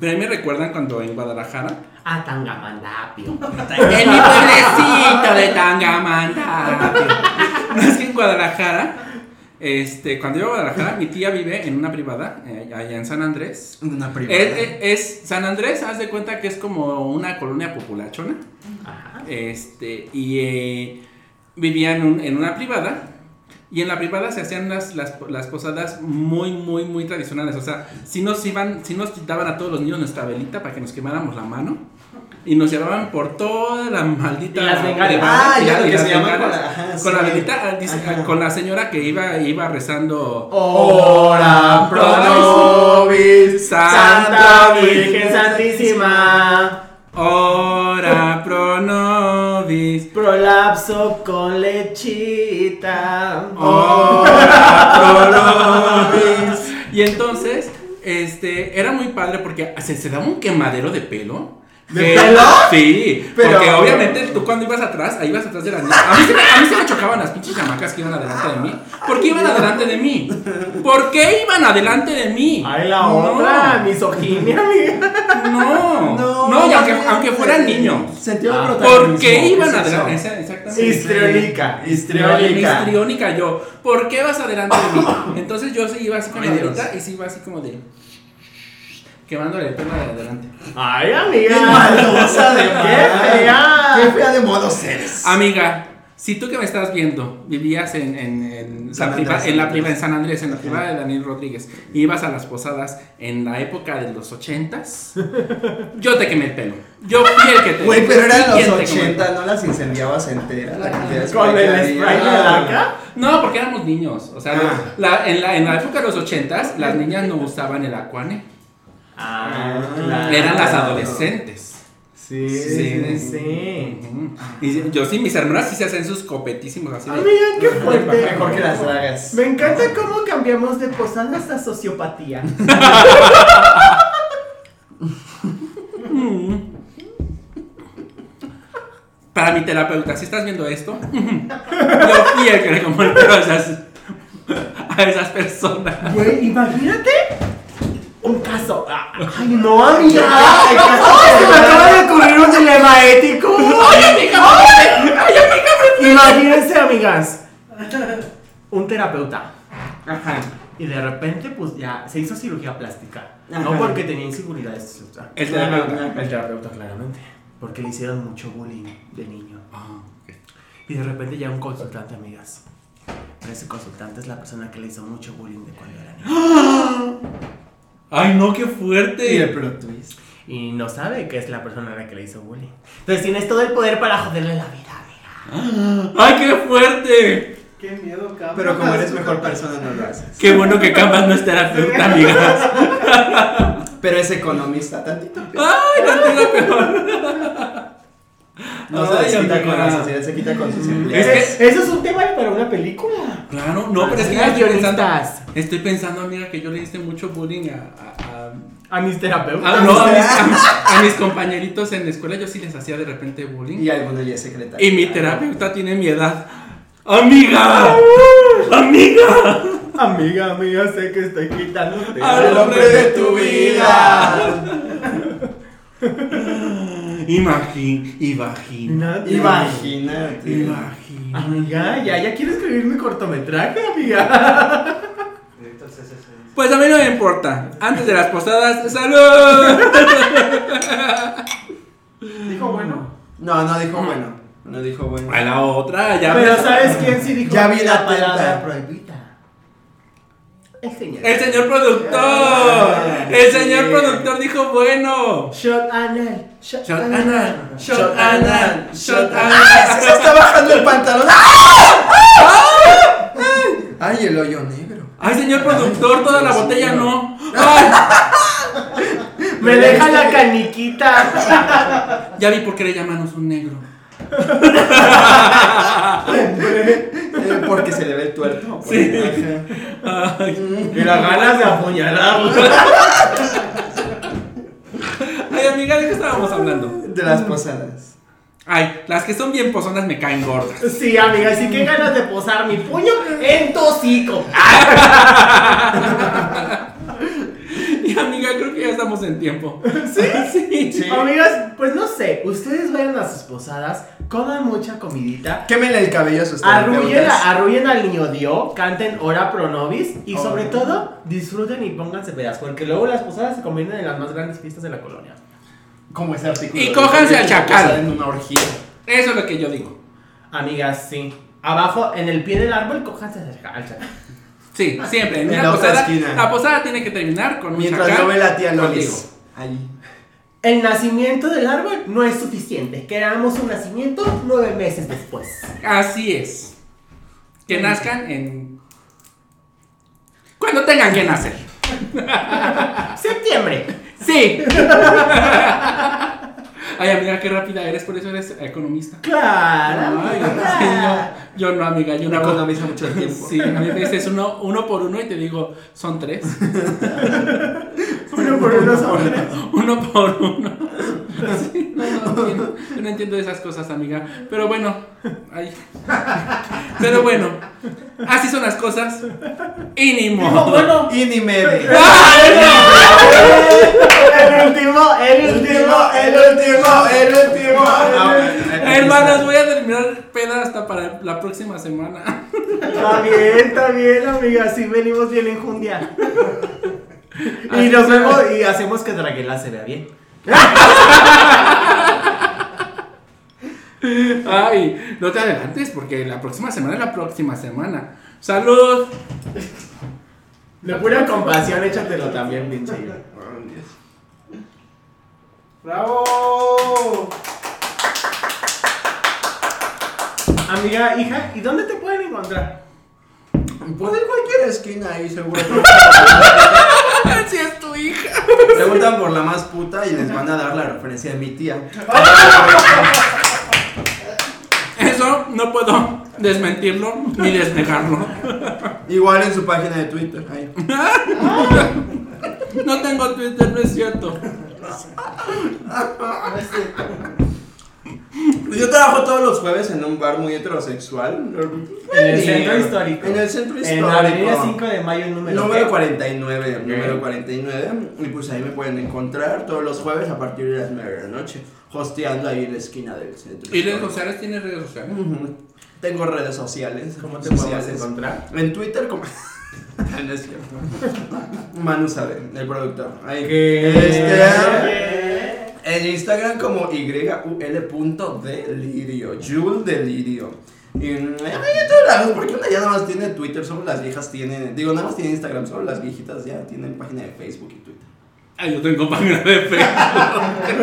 Speaker 2: Pero a mí me recuerdan cuando en Guadalajara
Speaker 1: A Ah, Tangamandapio.
Speaker 2: En mi pueblecito de Tangamandapio. No es que en Guadalajara, este, cuando yo a Guadalajara, mi tía vive en una privada, eh, allá en San Andrés.
Speaker 3: Una
Speaker 2: Es,
Speaker 3: privada.
Speaker 2: es- es- San Andrés, haz de cuenta que es como una colonia populachona.
Speaker 1: Ajá.
Speaker 2: Este, y eh, vivían en un- en una privada. Y en la privada se hacían las, las, las posadas muy, muy, muy tradicionales. O sea, si nos iban, si nos daban a todos los niños nuestra velita para que nos quemáramos la mano. Y nos llevaban por toda la maldita.
Speaker 1: Y las bengalas.
Speaker 2: privada,
Speaker 3: Ah,
Speaker 2: y
Speaker 3: ya,
Speaker 2: la-
Speaker 3: lo
Speaker 2: y
Speaker 3: que
Speaker 2: las
Speaker 3: se llama con
Speaker 2: bengalas.
Speaker 3: la. ajá,
Speaker 2: Con la
Speaker 3: sí.
Speaker 2: velita, ah, dice,
Speaker 3: Ajá. Oh,
Speaker 2: con la señora que iba, iba rezando.
Speaker 3: Ora pro nobis,
Speaker 1: Santa Virgen Santísima.
Speaker 2: Ora pro nobis.
Speaker 1: Prolapso con lechita. Oh.
Speaker 2: Ora pro nobis. Y entonces, este, era muy padre porque se, se daba un quemadero de pelo.
Speaker 3: ¿De
Speaker 2: Que-
Speaker 3: pelo?
Speaker 2: Sí,
Speaker 3: Pero-
Speaker 2: porque obviamente tú cuando ibas atrás, ahí ibas atrás de las niñas. A mí, se me, a mí se me chocaban las pinches chamacas que iban adelante de mí. ¿Por qué iban adelante de mí? ¿Por qué iban adelante de mí?
Speaker 1: Ay, la
Speaker 2: No.
Speaker 1: otra, misoginia, amiga.
Speaker 2: No, no, y aunque, aunque fueran niños.
Speaker 3: Sentido de
Speaker 1: Ah,
Speaker 2: ¿Por
Speaker 3: protagonismo,
Speaker 2: qué iban
Speaker 3: es
Speaker 2: adelante?
Speaker 3: eso?
Speaker 2: Esa- Exactamente.
Speaker 1: Histriónica.
Speaker 3: Este, Histriónica.
Speaker 2: Histriónica yo. ¿Por qué vas adelante de mí? Entonces yo sí iba así con la
Speaker 3: Ay, Dios.
Speaker 2: velita y sí iba así como de. Quemándole el pelo de adelante.
Speaker 1: Ay,
Speaker 3: Qué
Speaker 1: amiga.
Speaker 3: malosa de
Speaker 1: Qué
Speaker 3: fea.
Speaker 1: fea.
Speaker 3: Qué fea de modos eres.
Speaker 2: Amiga, si tú que me estás viendo vivías en, en, en
Speaker 3: San
Speaker 2: la priva-
Speaker 3: Andrés,
Speaker 2: en la
Speaker 3: San
Speaker 2: priva- en
Speaker 3: Andrés.
Speaker 2: San Andrés, en la privada de Daniel Rodríguez, y ibas a las posadas en la época de los ochentas, yo te quemé el pelo. Yo fui el que te.
Speaker 3: Güey, pero eran
Speaker 2: fui quien
Speaker 3: los
Speaker 2: te quemó el
Speaker 3: 80, no las incendiabas enteras. la cantidad de
Speaker 1: Con
Speaker 3: spray que
Speaker 1: el
Speaker 3: había.
Speaker 1: spray de laca.
Speaker 2: No, porque éramos niños. O sea,
Speaker 3: Ah.
Speaker 2: la- en, la, en la época de los ochentas, las niñas no usaban el acuane.
Speaker 1: Ah,
Speaker 2: Eran las adolescentes.
Speaker 1: Sí,
Speaker 2: Sí.
Speaker 1: sí, sí.
Speaker 2: Ujú. Y yo sí, mis hermanas sí se hacen sus copetísimos así. de-
Speaker 1: Amiga, qué fuerte.
Speaker 3: Mejor que las dragas.
Speaker 1: Me encanta cómo cambiamos de posadas a sociopatía.
Speaker 2: Mm. Para mi terapeuta, si estás viendo esto, yo fui el que le compré el pelo a esas, a esas personas.
Speaker 1: Güey, imagínate un caso. Ah, Ay, no, amiga.
Speaker 3: Ay, caso
Speaker 1: ¡Ah! Ay, se me
Speaker 3: cerrado.
Speaker 1: acaba de ocurrir un dilema ético. Imagínense, amigas, un terapeuta.
Speaker 3: Ajá.
Speaker 1: Y de repente, pues ya se hizo cirugía plástica.
Speaker 3: Ajá.
Speaker 1: No porque tenía inseguridades. o sea,
Speaker 2: El terapeuta.
Speaker 1: El terapeuta, claramente. Porque le hicieron mucho bullying de niño.
Speaker 2: Ah,
Speaker 1: Y de repente llega un consultante, amigas. Pero ese consultante es la persona que le hizo mucho bullying de cuando era niño.
Speaker 2: Ay, no, qué
Speaker 3: Y el
Speaker 2: fuerte.
Speaker 3: plot twist.
Speaker 1: Y no sabe que es la persona a la que le hizo bullying. Entonces tienes todo el poder para joderle la vida, amiga.
Speaker 2: Ay, qué fuerte.
Speaker 4: Qué miedo, cabrón.
Speaker 3: Pero como eres mejor persona, no lo haces.
Speaker 2: Qué bueno que Camas no es terapeuta, amigas.
Speaker 3: Pero es economista tantito.
Speaker 2: Ay, no te lo peor.
Speaker 3: No se
Speaker 2: Ay,
Speaker 3: desquita
Speaker 2: amiga.
Speaker 3: con la sociedad, se quita con sus
Speaker 2: Es
Speaker 3: empleados.
Speaker 2: que-
Speaker 1: eso es un tema para una película.
Speaker 2: Claro, no, pero es que
Speaker 1: Ay,
Speaker 2: estoy pensando,
Speaker 1: guionistas.
Speaker 2: estoy pensando, amiga, que yo le hice mucho bullying a- a- a
Speaker 1: A mis terapeutas.
Speaker 2: Ah, no, a, mis, a mis- a mis compañeritos en la escuela yo sí les hacía de repente bullying.
Speaker 3: Y alguno ya es secretario.
Speaker 2: Y mi terapeuta tiene mi edad. ¡Amiga! ¡Amiga!
Speaker 1: Amiga, amiga, sé que estoy quitándote.
Speaker 2: Al
Speaker 3: ¡Al hombre de tu vida!
Speaker 2: Imagín, imagín,
Speaker 3: Imagínate.
Speaker 2: imagín.
Speaker 1: Amiga, ya, ya quiero escribir mi cortometraje, amiga.
Speaker 2: Pues a mí no me importa. Antes de las posadas, ¡salud!
Speaker 1: Dijo, bueno.
Speaker 3: No, no dijo bueno. No dijo bueno.
Speaker 2: A la otra, ya
Speaker 1: Pero
Speaker 2: me-
Speaker 1: ¿sabes quién sí dijo
Speaker 3: Ya vi la teta.
Speaker 1: prohibida? El señor.
Speaker 2: El señor productor. El señor productor dijo bueno.
Speaker 1: Shot anal. Shot,
Speaker 2: Shot
Speaker 1: anal.
Speaker 2: Ana, shot Ana,
Speaker 3: Ah, anal,
Speaker 2: shot
Speaker 3: ¡Ah! ¡Se
Speaker 2: Ana.
Speaker 3: me está bajando el pantalón! ¡Ah! ¡Ah! ¡Ay, el hoyo negro!
Speaker 2: Ay, señor productor, toda la botella no.
Speaker 1: Me deja la caniquita.
Speaker 2: Ya vi por qué le llamamos un negro.
Speaker 3: Eh, porque se le ve el tuerto.
Speaker 2: Sí.
Speaker 3: Ajá. Mm.
Speaker 1: Y las ganas de apuñalarlo.
Speaker 2: Ay, amiga, ¿de qué estábamos hablando?
Speaker 3: De las posadas.
Speaker 2: Ay, las que son bien pozonas me caen gordas.
Speaker 1: Sí, amiga, sí que ganas de posar mi puño en tu hocico.
Speaker 2: Y amiga, creo que ya estamos en tiempo.
Speaker 1: que pues ustedes vayan a sus posadas, coman mucha comidita,
Speaker 3: Quémele el cabello a sus
Speaker 1: arrullen,
Speaker 3: terapeutas.
Speaker 1: a- arrullen al niño Dio, canten Ora Pro Nobis y
Speaker 4: Ora.
Speaker 1: sobre todo disfruten y pónganse pedas, porque luego las posadas se convierten en las más grandes fiestas de la colonia.
Speaker 4: Como ese artículo.
Speaker 2: Y
Speaker 4: de-
Speaker 2: cójanse al
Speaker 4: de-
Speaker 2: chacal.
Speaker 4: en una orgía.
Speaker 2: Eso es lo que yo digo.
Speaker 1: Amigas, sí. Abajo, en el pie del árbol, cójanse al chacal.
Speaker 2: Sí, siempre. En,
Speaker 3: En
Speaker 2: una
Speaker 3: la otra
Speaker 2: posada,
Speaker 3: esquina.
Speaker 2: la posada tiene que terminar con un
Speaker 3: Mientras
Speaker 2: chacal
Speaker 3: no ve la tía
Speaker 2: contigo.
Speaker 3: Lolis. Allí.
Speaker 1: El nacimiento del árbol no es suficiente. Queramos un nacimiento nueve meses después.
Speaker 2: Así es. Que nazcan en. Cuando tengan que nacer.
Speaker 1: Septiembre.
Speaker 2: Sí. Ay, amiga, qué rápida eres, por eso eres economista.
Speaker 1: Claro.
Speaker 2: Ay,
Speaker 1: amiga.
Speaker 2: sí, yo, yo no, amiga, yo no.
Speaker 3: Economiza mucho el tiempo.
Speaker 2: Sí, a mí me dices uno, uno por uno y te digo, son tres.
Speaker 1: Uno por uno son tres.
Speaker 2: Uno por uno. Sí, no, no, entiendo, yo no entiendo esas cosas, amiga. Pero bueno. ay. Pero bueno. Así son las cosas. Y ni
Speaker 1: No,
Speaker 2: modo.
Speaker 1: bueno.
Speaker 3: Y ni me.
Speaker 1: El último, el último, el último.
Speaker 3: el último.
Speaker 2: Hermanos, voy a terminar peda hasta para la próxima semana.
Speaker 1: Está bien, está bien, amiga. Así venimos bien en Jundia. Y nos vemos y hacemos que Draguela se vea bien.
Speaker 2: Ay, no te adelantes porque la próxima semana es la próxima semana. Salud.
Speaker 1: De pura compasión, échatelo también, pinche.
Speaker 4: ¡Bravo!
Speaker 1: Amiga, hija, ¿y dónde te pueden encontrar?
Speaker 3: Pon en cualquier esquina ahí, seguro.
Speaker 2: Si es tu hija.
Speaker 3: Preguntan por la más puta y les van a dar la referencia de mi tía.
Speaker 2: Eso no puedo desmentirlo ni desnegarlo.
Speaker 3: Igual en su página de Twitter. ahí.
Speaker 2: No tengo Twitter, no es cierto.
Speaker 3: Yo trabajo todos los jueves en un bar muy heterosexual.
Speaker 1: En el centro histórico.
Speaker 3: En el centro
Speaker 1: En
Speaker 3: histórico.
Speaker 1: la avenida 5 de mayo, número
Speaker 3: Número
Speaker 1: ¿qué?
Speaker 3: 49, número 49. Y pues ahí me pueden encontrar todos los jueves a partir de las 9 de la noche, hosteando ahí en la esquina del centro.
Speaker 2: ¿Y redes
Speaker 3: histórico.
Speaker 2: sociales tienes redes sociales?
Speaker 3: Ujú. Tengo redes sociales.
Speaker 1: ¿Cómo te podemos
Speaker 3: sociales.
Speaker 1: encontrar? Ah,
Speaker 3: En Twitter como... No es cierto. Manu sabe, el productor. Ahí.
Speaker 1: Eh,
Speaker 3: Este,
Speaker 1: ¿Qué?
Speaker 3: en Instagram como yul.delirio. Yul delirio. Y en, ay, en todos lados, porque una ya nada más tiene Twitter, solo las viejas tienen, digo, nada más tiene Instagram, solo las viejitas ya tienen página de Facebook y Twitter.
Speaker 2: Ah, yo tengo página de Facebook.
Speaker 1: No tengo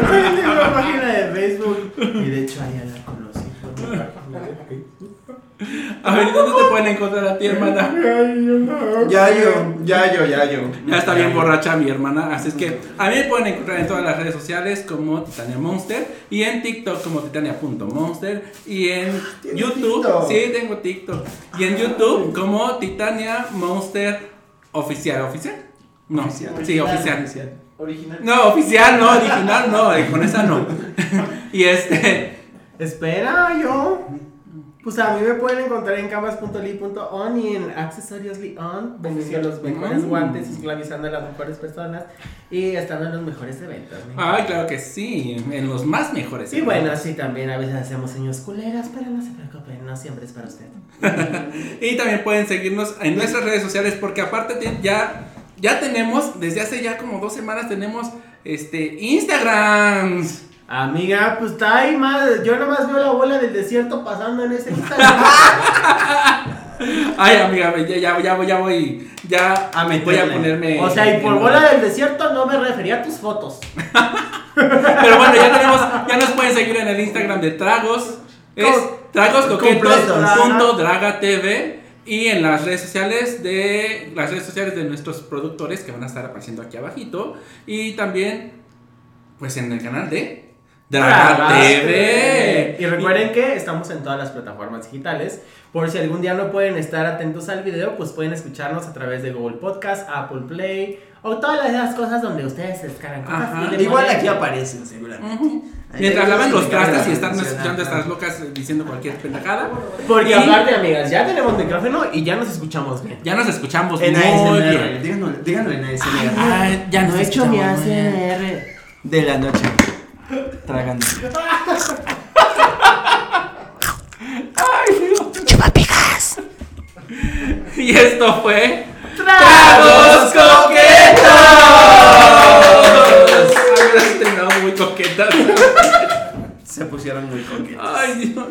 Speaker 1: una página de Facebook. Y de hecho, ahí la conocí. por mi página de Facebook.
Speaker 2: A ver, ¿dónde te pueden encontrar a ti, hermana?
Speaker 3: Ya yo, ya yo, ya yo.
Speaker 2: Ya está bien borracha mi hermana, así es que a mí me pueden encontrar en todas las redes sociales como Titania Monster y en TikTok como Titania.monster y en
Speaker 3: ¿Tienes
Speaker 2: YouTube,
Speaker 3: TikTok?
Speaker 2: sí tengo TikTok, y en YouTube como Titania Monster oficial, oficial? No,
Speaker 3: Oficial.
Speaker 2: sí, oficial.
Speaker 4: Original.
Speaker 2: No, oficial, no, original, no, eh, con esa no. Y este,
Speaker 1: Espera, yo. Pues a mí me pueden encontrar en camas.ly.on y en accesorios.ly.on vendiendo los mejores
Speaker 2: Mm.
Speaker 1: guantes, esclavizando a las mejores personas y estando en los mejores eventos. me encanta.
Speaker 2: ay, claro que sí, en los más mejores.
Speaker 1: Y bueno, sí, también a veces hacemos señas culeras, pero no se preocupen, no siempre es para usted.
Speaker 2: Y también pueden seguirnos en nuestras redes sociales porque aparte te- ya, ya tenemos, desde hace ya como dos semanas tenemos este Instagram.
Speaker 1: Amiga, pues está ahí más. Yo nomás veo la bola del desierto pasando en ese Instagram.
Speaker 2: Ay, amiga, ya, ya, ya voy, ya voy, ya
Speaker 3: A
Speaker 2: voy
Speaker 3: meterle.
Speaker 2: a ponerme.
Speaker 1: O sea, y por
Speaker 2: en-
Speaker 1: bola del desierto no me refería a tus fotos.
Speaker 2: Pero bueno, ya tenemos, ya nos pueden seguir en el Instagram de Tragos. Es
Speaker 1: Com-
Speaker 2: Tragos
Speaker 3: completos.
Speaker 2: punto Draga TV y en las redes sociales de las redes sociales de nuestros productores que van a estar apareciendo aquí abajito y también pues en el canal de Draga, TV.
Speaker 1: Ah, Y recuerden que estamos en todas las plataformas digitales. Por si algún día no pueden estar atentos al video, pues pueden escucharnos a través de Google Podcast, Apple Play o todas esas cosas donde ustedes se descargan cosas.
Speaker 2: Ajá.
Speaker 1: y le
Speaker 3: Igual
Speaker 1: ponen-
Speaker 3: aquí aparecen, seguramente.
Speaker 2: Ujú.
Speaker 3: Ahí
Speaker 2: Mientras
Speaker 3: hay
Speaker 2: lavan
Speaker 3: que
Speaker 2: los trastes y
Speaker 3: explicar
Speaker 2: están
Speaker 3: la
Speaker 2: escuchando
Speaker 3: funcionalidad.
Speaker 2: estas locas diciendo cualquier pendejada,
Speaker 1: Porque
Speaker 2: Y-
Speaker 1: aparte, amigas, ya tenemos micrófono y ya nos escuchamos bien.
Speaker 2: ya nos escuchamos
Speaker 3: En
Speaker 2: muy
Speaker 3: ASMR.
Speaker 2: bien. Ah,
Speaker 3: Díganlo, díganlo en ASMR.
Speaker 2: Ay, ya nos escuchamos muy bien.
Speaker 1: ASMR.
Speaker 3: De la noche.
Speaker 5: Tragando.
Speaker 2: Y esto fue.
Speaker 3: ¡Tragos coquetos!
Speaker 2: Ay, gracias, terminamos muy coquetas.
Speaker 3: Se pusieron muy coquetos.
Speaker 2: Ay, Dios.